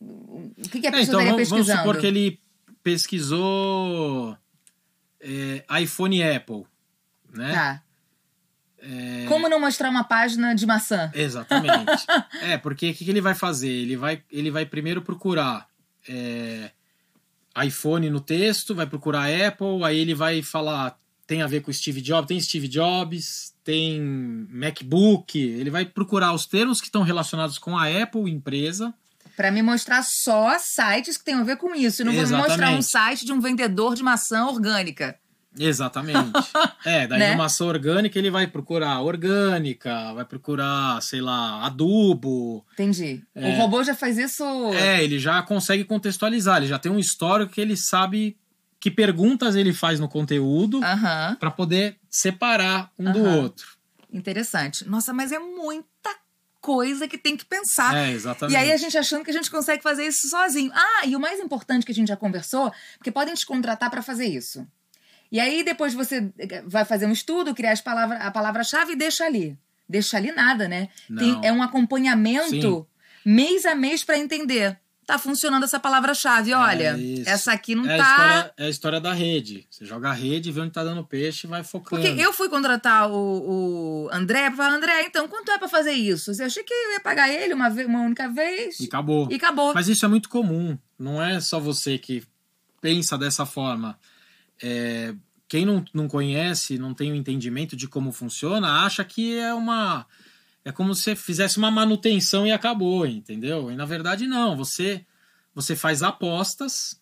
[SPEAKER 1] O que, que a
[SPEAKER 2] É,
[SPEAKER 1] pessoa
[SPEAKER 2] então,
[SPEAKER 1] estaria
[SPEAKER 2] vamos, vamos
[SPEAKER 1] pesquisando?
[SPEAKER 2] supor que ele pesquisou é, iPhone e Apple, né?
[SPEAKER 1] Tá.
[SPEAKER 2] é,
[SPEAKER 1] Como não mostrar uma página de maçã?
[SPEAKER 2] Exatamente. é, porque o que, que ele vai fazer? Ele vai, ele vai primeiro procurar é, iPhone no texto, vai procurar Apple, aí ele vai falar tem a ver com Steve Jobs, tem Steve Jobs, tem MacBook, ele vai procurar os termos que estão relacionados com a Apple empresa.
[SPEAKER 1] Pra me mostrar só sites que tem a ver com isso. Eu não vou me mostrar um
[SPEAKER 2] Exatamente.
[SPEAKER 1] site de um vendedor de maçã orgânica.
[SPEAKER 2] Exatamente. é, daí
[SPEAKER 1] Né?
[SPEAKER 2] de maçã orgânica ele vai procurar orgânica, vai procurar, sei lá, adubo,
[SPEAKER 1] Entendi. O robô já faz isso.
[SPEAKER 2] É, ele já consegue contextualizar, ele já tem um histórico que ele sabe que perguntas ele faz no conteúdo pra
[SPEAKER 1] Aham.
[SPEAKER 2] para poder separar um do
[SPEAKER 1] Ah. Aham.
[SPEAKER 2] outro.
[SPEAKER 1] Interessante. Nossa, mas é muita coisa que tem que pensar.
[SPEAKER 2] É, exatamente.
[SPEAKER 1] E aí a gente achando que a gente consegue fazer isso sozinho. Ah, e o mais importante que a gente já conversou, porque podem te contratar para fazer isso. E aí depois você vai fazer um estudo, criar as palavra, a palavra-chave e deixa ali. Deixa ali nada, né? Tem-
[SPEAKER 2] Não.
[SPEAKER 1] é um acompanhamento mês a mês para entender. Tá funcionando essa palavra-chave, olha.
[SPEAKER 2] é isso.
[SPEAKER 1] essa aqui não
[SPEAKER 2] é, a
[SPEAKER 1] tá.
[SPEAKER 2] história, é a história da rede. Você joga a rede, vê onde tá dando peixe e vai focando.
[SPEAKER 1] Porque eu fui contratar o, o André pra falar, André, então quanto é pra fazer isso? Eu achei que eu ia pagar ele uma, ve- uma única vez
[SPEAKER 2] E
[SPEAKER 1] e,
[SPEAKER 2] acabou.
[SPEAKER 1] acabou.
[SPEAKER 2] Mas isso é muito comum. Não é só você que pensa dessa forma. É, quem não, não conhece, não tem o entendimento de como funciona, acha que é uma. É como se você fizesse uma manutenção e acabou, entendeu? E na verdade, não. Você, você faz apostas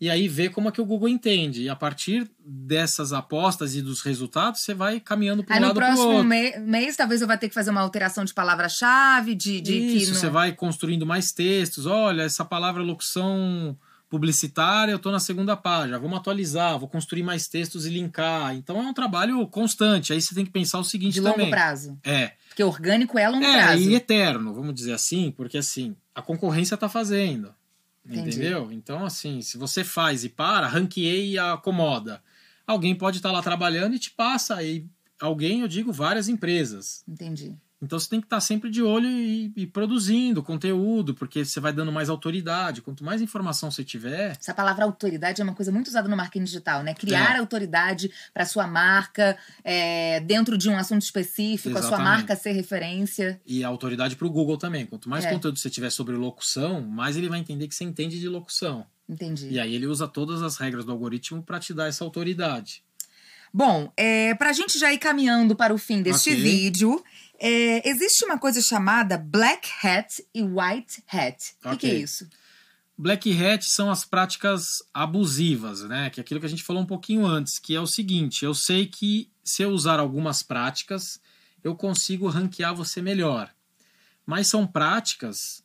[SPEAKER 2] e aí vê como é que o Google entende. E a partir dessas apostas e dos resultados, você vai caminhando para
[SPEAKER 1] Aí
[SPEAKER 2] um
[SPEAKER 1] no
[SPEAKER 2] lado para o outro.
[SPEAKER 1] próximo me- mês, talvez eu vá ter que fazer uma alteração de palavra-chave, de, de que
[SPEAKER 2] Isso,
[SPEAKER 1] não- é.
[SPEAKER 2] você vai construindo mais textos. Olha, essa palavra é locução publicitária, eu tô na segunda página, vamos atualizar, vou construir mais textos e linkar. Então é um trabalho constante. Aí você tem que pensar o seguinte
[SPEAKER 1] de longo
[SPEAKER 2] também.
[SPEAKER 1] prazo.
[SPEAKER 2] É,
[SPEAKER 1] Porque orgânico é longo
[SPEAKER 2] é
[SPEAKER 1] prazo.
[SPEAKER 2] e eterno, vamos dizer assim, porque assim, a concorrência tá fazendo.
[SPEAKER 1] Entendi.
[SPEAKER 2] Entendeu? Então, assim, se você faz e para, ranqueia e acomoda. Alguém pode estar lá trabalhando e te passa. E alguém, eu digo, várias empresas.
[SPEAKER 1] Entendi.
[SPEAKER 2] Então você tem que estar sempre de olho e, e produzindo conteúdo, porque você vai dando mais autoridade. Quanto mais informação você tiver,
[SPEAKER 1] Essa palavra autoridade é uma coisa muito usada no marketing digital, né? Criar
[SPEAKER 2] É.
[SPEAKER 1] autoridade para sua marca, é, dentro de um assunto específico, a sua
[SPEAKER 2] Exatamente.
[SPEAKER 1] marca ser referência.
[SPEAKER 2] e a autoridade para o Google também. Quanto mais
[SPEAKER 1] É.
[SPEAKER 2] conteúdo você tiver sobre locução, mais ele vai entender que você entende de locução.
[SPEAKER 1] Entendi.
[SPEAKER 2] E aí ele usa todas as regras do algoritmo para te dar essa autoridade.
[SPEAKER 1] Bom, é, para a gente já ir caminhando para o fim deste
[SPEAKER 2] Ok.
[SPEAKER 1] vídeo, é, existe uma coisa chamada black hat e white hat. O que,
[SPEAKER 2] Ok.
[SPEAKER 1] que é isso?
[SPEAKER 2] Black Hat são as práticas abusivas, né? Que é aquilo que a gente falou um pouquinho antes, que é o seguinte: eu sei que se eu usar algumas práticas, eu consigo ranquear você melhor. Mas são práticas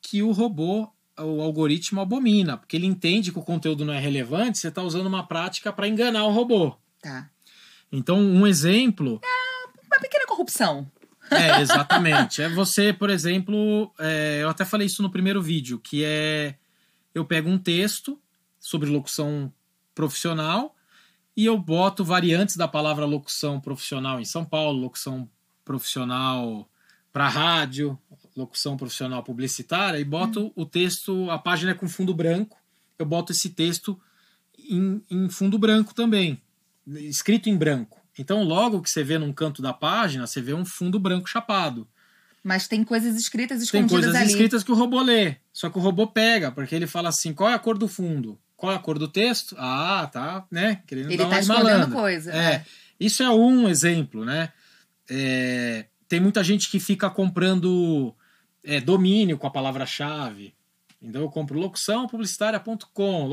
[SPEAKER 2] que o robô, o algoritmo abomina, porque ele entende que o conteúdo não é relevante, você está usando uma prática para enganar o robô.
[SPEAKER 1] Tá.
[SPEAKER 2] Então, um exemplo
[SPEAKER 1] Uma pequena corrupção.
[SPEAKER 2] é, exatamente. É você, por exemplo, é, eu até falei isso no primeiro vídeo, que é eu pego um texto sobre locução profissional e eu boto variantes da palavra locução profissional em São Paulo, locução profissional para rádio, locução profissional publicitária e boto o texto, a página é com fundo branco, eu boto esse texto em, em fundo branco também, escrito em branco. Então, logo que você vê num canto da página, você vê um fundo branco chapado.
[SPEAKER 1] Mas tem coisas escritas
[SPEAKER 2] Tem
[SPEAKER 1] escondidas
[SPEAKER 2] coisas
[SPEAKER 1] ali.
[SPEAKER 2] escritas que o robô lê, só que o robô pega, porque ele fala assim: qual é a cor do fundo? Qual é a cor do texto? Ah, tá, né? Querendo
[SPEAKER 1] Ele
[SPEAKER 2] dar
[SPEAKER 1] tá
[SPEAKER 2] uma de
[SPEAKER 1] escondendo
[SPEAKER 2] malandro.
[SPEAKER 1] coisa. né?
[SPEAKER 2] É, isso é um exemplo, né? É, tem muita gente que fica comprando é, domínio com a palavra-chave. Então eu compro locuçãopublicitária.com,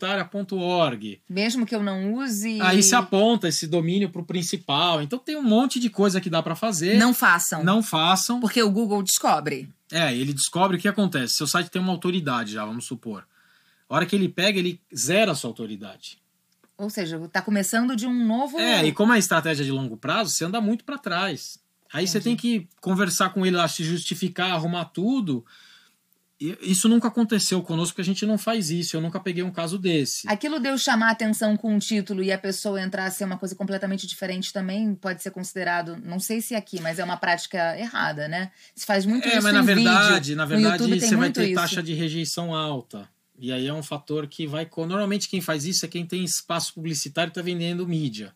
[SPEAKER 2] locuçãopublicitária.org.
[SPEAKER 1] Mesmo que eu não use.
[SPEAKER 2] Aí se aponta esse domínio para o principal. Então tem um monte de coisa que dá para fazer.
[SPEAKER 1] Não façam.
[SPEAKER 2] não façam.
[SPEAKER 1] Porque o Google descobre.
[SPEAKER 2] É, ele descobre o que acontece. Seu site tem uma autoridade já, vamos supor. A hora que ele pega, ele zera a sua autoridade.
[SPEAKER 1] Ou seja, tá começando de um novo.
[SPEAKER 2] É, e como é estratégia de longo prazo, você anda muito para trás. Aí você tem que conversar com ele lá, se justificar, arrumar tudo. E Isso nunca aconteceu conosco, porque a gente não faz isso. Eu nunca peguei um caso desse.
[SPEAKER 1] Aquilo de eu chamar a atenção com um título e a pessoa entrar a ser uma coisa completamente diferente também pode ser considerado, não sei se aqui, mas é uma prática errada, né? Se faz muito
[SPEAKER 2] É,
[SPEAKER 1] isso
[SPEAKER 2] mas na
[SPEAKER 1] em
[SPEAKER 2] verdade,
[SPEAKER 1] vídeo.
[SPEAKER 2] na
[SPEAKER 1] No
[SPEAKER 2] verdade,
[SPEAKER 1] YouTube tem
[SPEAKER 2] você vai
[SPEAKER 1] muito
[SPEAKER 2] ter
[SPEAKER 1] isso.
[SPEAKER 2] taxa de rejeição alta. E aí é um fator que vai. co- Normalmente quem faz isso é quem tem espaço publicitário e está tá vendendo mídia.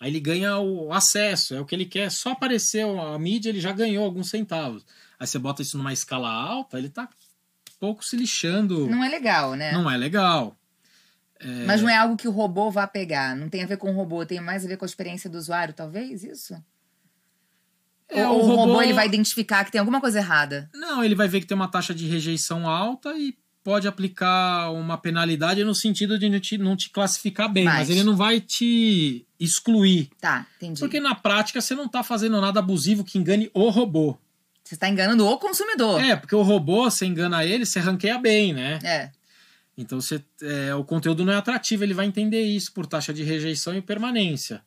[SPEAKER 2] Aí ele ganha o acesso, é o que ele quer. Só apareceu a mídia, ele já ganhou alguns centavos. Aí você bota isso numa escala alta, ele tá pouco se lixando.
[SPEAKER 1] Não é legal, né?
[SPEAKER 2] Não é legal.
[SPEAKER 1] É... Mas não é algo que o robô vá pegar. Não tem a ver com o robô, tem mais a ver com a experiência do usuário, talvez, isso? É, Ou o robô, robô ele vai identificar que tem alguma coisa errada?
[SPEAKER 2] Não, ele vai ver que tem uma taxa de rejeição alta e pode aplicar uma penalidade no sentido de não te, não te classificar bem, mas... mas... ele não vai te excluir.
[SPEAKER 1] Tá, entendi.
[SPEAKER 2] Porque na prática você não está fazendo nada abusivo que engane o robô.
[SPEAKER 1] Você está enganando o consumidor.
[SPEAKER 2] É, porque o robô, você engana ele, você ranqueia bem, né?
[SPEAKER 1] É.
[SPEAKER 2] Então você, é, o conteúdo não é atrativo, ele vai entender isso por taxa de rejeição e permanência.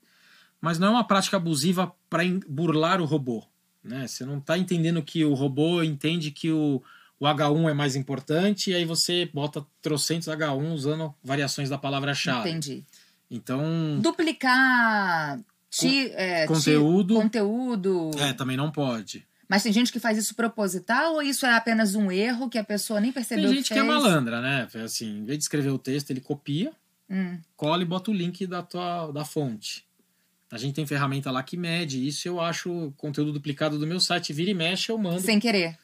[SPEAKER 2] Mas não é uma prática abusiva para burlar o robô. Né? Você não está entendendo que o robô entende que o, o H1 é mais importante, e aí você bota trocentos H1 usando variações da palavra-chave.
[SPEAKER 1] Entendi.
[SPEAKER 2] Então.
[SPEAKER 1] Duplicar ti,
[SPEAKER 2] con é, conteúdo.
[SPEAKER 1] Ti, conteúdo.
[SPEAKER 2] É, também não pode.
[SPEAKER 1] Mas tem gente que faz isso proposital ou isso é apenas um erro que a pessoa nem percebeu?
[SPEAKER 2] Tem gente
[SPEAKER 1] que,
[SPEAKER 2] que é malandra, né? Assim, em vez de escrever o texto, ele copia,
[SPEAKER 1] hum.
[SPEAKER 2] cola e bota o link da tua da fonte. A gente tem ferramenta lá que mede isso. Eu acho conteúdo duplicado do meu site, vira e mexe, eu mando.
[SPEAKER 1] Sem querer.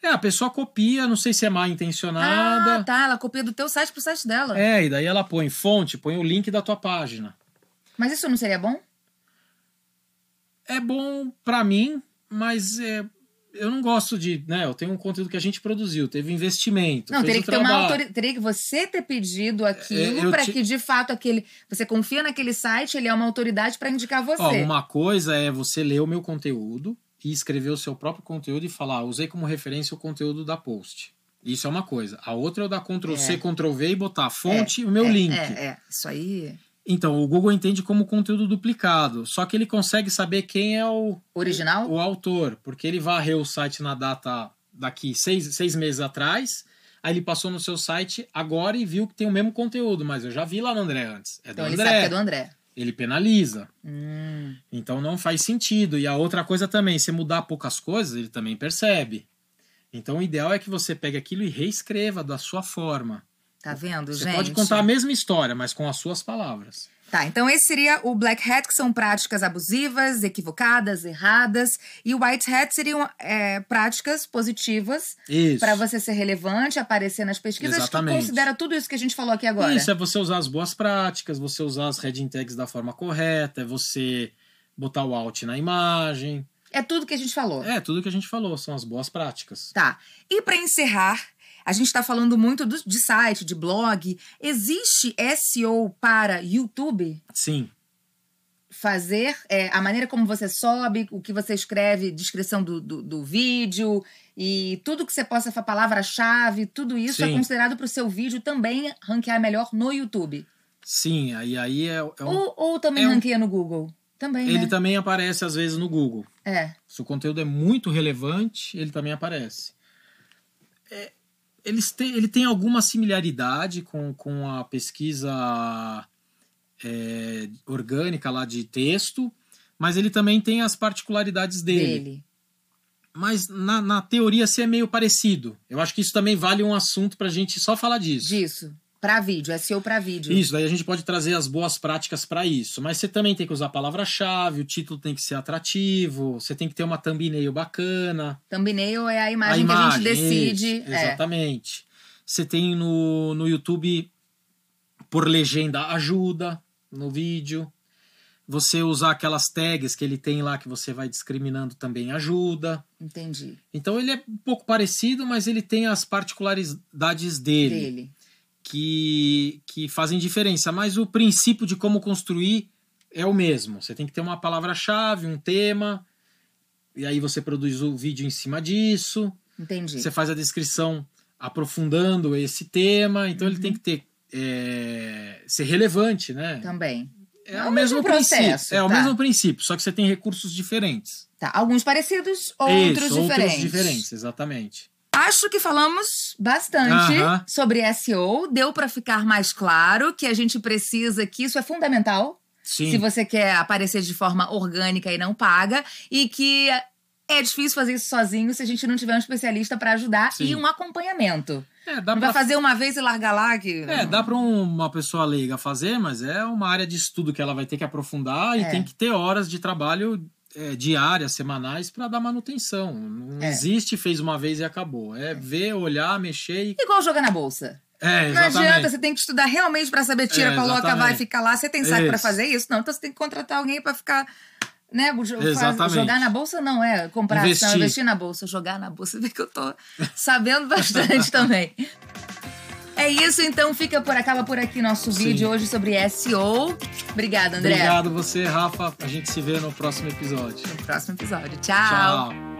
[SPEAKER 2] É, a pessoa copia, não sei se é mal intencionada.
[SPEAKER 1] Ah, tá, ela copia do teu site pro site dela.
[SPEAKER 2] É, e daí ela põe fonte, põe o link da tua página.
[SPEAKER 1] Mas isso não seria bom?
[SPEAKER 2] É bom para mim, mas é, eu não gosto de, né? Eu tenho um conteúdo que a gente produziu, teve investimento.
[SPEAKER 1] Não, teria
[SPEAKER 2] que
[SPEAKER 1] ter uma autoridade. Teria que você ter
[SPEAKER 2] É,
[SPEAKER 1] pedido aquilo para te... que de fato aquele. Você confia naquele site, ele é uma autoridade para indicar você. Ó,
[SPEAKER 2] uma coisa é você ler o meu conteúdo e escrever o seu próprio conteúdo e falar, "Ah, usei como referência o conteúdo da post. Isso é uma coisa. A outra é eu dar Ctrl C, é. Ctrl V e botar a fonte e é. o meu
[SPEAKER 1] é,
[SPEAKER 2] link.
[SPEAKER 1] É, isso aí.
[SPEAKER 2] Então, o Google entende como conteúdo duplicado, só que ele consegue saber quem é o
[SPEAKER 1] original,
[SPEAKER 2] o, o autor, porque ele varreu o site na data daqui seis, seis meses atrás, aí ele passou no seu site agora e viu que tem o mesmo conteúdo, mas eu já vi lá no André antes. É
[SPEAKER 1] então
[SPEAKER 2] do
[SPEAKER 1] ele
[SPEAKER 2] André.
[SPEAKER 1] sabe que é do André.
[SPEAKER 2] Ele penaliza.
[SPEAKER 1] Hum.
[SPEAKER 2] Então não faz sentido. E a outra coisa também, se mudar poucas coisas, ele também percebe. Então o ideal é que você pegue aquilo e reescreva da sua forma.
[SPEAKER 1] Tá vendo,
[SPEAKER 2] Você
[SPEAKER 1] gente?
[SPEAKER 2] pode contar a mesma história, mas com as suas palavras.
[SPEAKER 1] Tá, então esse seria o black hat, que são práticas abusivas, equivocadas, erradas, e o white hat seriam é, práticas positivas para você ser relevante, aparecer nas pesquisas,
[SPEAKER 2] Exatamente.
[SPEAKER 1] que considera tudo isso que a gente falou aqui agora.
[SPEAKER 2] Isso é você usar as boas práticas, você usar as heading tags da forma correta, é você botar o alt na imagem.
[SPEAKER 1] É tudo que a gente falou.
[SPEAKER 2] É, tudo que a gente falou, são as boas práticas.
[SPEAKER 1] Tá. E para encerrar, a gente está falando muito do, de site, de blog. Existe SEO para YouTube?
[SPEAKER 2] Sim.
[SPEAKER 1] Fazer é, a maneira como você sobe, o que você escreve, descrição do, do, do vídeo e tudo que você possa falar, palavra-chave, tudo isso
[SPEAKER 2] Sim.
[SPEAKER 1] é considerado para o seu vídeo também ranquear melhor no YouTube.
[SPEAKER 2] Sim, aí, aí é, é um...
[SPEAKER 1] ou, ou também
[SPEAKER 2] é um-
[SPEAKER 1] ranqueia no Google. Também,
[SPEAKER 2] ele tá
[SPEAKER 1] né?
[SPEAKER 2] também aparece às vezes no Google.
[SPEAKER 1] É.
[SPEAKER 2] Se o conteúdo é muito relevante, ele também aparece. É, eles têm, ele tem alguma similaridade com, com a pesquisa é, orgânica lá de texto, mas ele também tem as particularidades dele.
[SPEAKER 1] Dele.
[SPEAKER 2] Mas na, na teoria se é meio parecido. Eu acho que isso também vale um assunto pra gente só falar disso.
[SPEAKER 1] Disso. Para vídeo, SEO para vídeo.
[SPEAKER 2] Isso, daí a gente pode trazer as boas práticas para isso. Mas você também tem que usar a palavra-chave, o título tem que ser atrativo, você tem que ter uma thumbnail bacana.
[SPEAKER 1] Thumbnail é a imagem,
[SPEAKER 2] a imagem,
[SPEAKER 1] que a gente decide.
[SPEAKER 2] isso,
[SPEAKER 1] é.
[SPEAKER 2] exatamente. Você tem no, no YouTube, por legenda, ajuda no vídeo. Você usar aquelas tags que ele tem lá que você vai discriminando também ajuda.
[SPEAKER 1] Entendi.
[SPEAKER 2] Então ele é um pouco parecido, mas ele tem as particularidades dele
[SPEAKER 1] Dele.
[SPEAKER 2] que, que fazem diferença, mas o princípio de como construir é o mesmo. Você tem que ter uma palavra-chave, um tema, e aí você produz o vídeo em cima disso,
[SPEAKER 1] Entendi.
[SPEAKER 2] você faz a descrição aprofundando esse tema, então
[SPEAKER 1] Uhum.
[SPEAKER 2] ele tem que ter é, ser relevante, né?
[SPEAKER 1] Também.
[SPEAKER 2] é,
[SPEAKER 1] é
[SPEAKER 2] o
[SPEAKER 1] o
[SPEAKER 2] mesmo,
[SPEAKER 1] mesmo processo,
[SPEAKER 2] princípio. É o
[SPEAKER 1] tá.
[SPEAKER 2] mesmo princípio, só que você tem recursos diferentes.
[SPEAKER 1] Tá, alguns parecidos, outros
[SPEAKER 2] Isso,
[SPEAKER 1] diferentes.
[SPEAKER 2] outros diferentes, exatamente.
[SPEAKER 1] Acho que falamos bastante
[SPEAKER 2] Aham.
[SPEAKER 1] sobre SEO. Deu para ficar mais claro que a gente precisa que isso é fundamental
[SPEAKER 2] Sim.
[SPEAKER 1] se você quer aparecer de forma orgânica e não paga e que é difícil fazer isso sozinho se a gente não tiver um especialista para ajudar
[SPEAKER 2] Sim.
[SPEAKER 1] e um acompanhamento.
[SPEAKER 2] É, dá
[SPEAKER 1] Não
[SPEAKER 2] pra
[SPEAKER 1] vai fazer né? uma vez e largar lá que.
[SPEAKER 2] É, dá para uma pessoa leiga fazer, mas é uma área de estudo que ela vai ter que aprofundar e
[SPEAKER 1] É.
[SPEAKER 2] tem que ter horas de trabalho é, diárias, semanais, para dar manutenção. Não
[SPEAKER 1] É.
[SPEAKER 2] existe, fez uma vez e acabou. É, ver, olhar, mexer e.
[SPEAKER 1] Igual jogar na bolsa. Não
[SPEAKER 2] É, exatamente.
[SPEAKER 1] adianta, você tem que estudar realmente pra saber, tira,
[SPEAKER 2] É,
[SPEAKER 1] coloca, vai,
[SPEAKER 2] exatamente.
[SPEAKER 1] fica lá. Você tem saco pra
[SPEAKER 2] Isso.
[SPEAKER 1] fazer isso? Não, então você tem que contratar alguém pra ficar. Né, jo- faz-
[SPEAKER 2] Exatamente.
[SPEAKER 1] jogar na bolsa não é comprar ação,
[SPEAKER 2] Investir.
[SPEAKER 1] investir na bolsa, jogar na bolsa. Vê que eu tô sabendo bastante também. É isso, então fica por acaba por aqui nosso
[SPEAKER 2] Sim.
[SPEAKER 1] vídeo hoje sobre SEO. Obrigada, André.
[SPEAKER 2] Obrigado você, Rafa. A gente se vê no próximo episódio.
[SPEAKER 1] No próximo episódio. Tchau.
[SPEAKER 2] Tchau.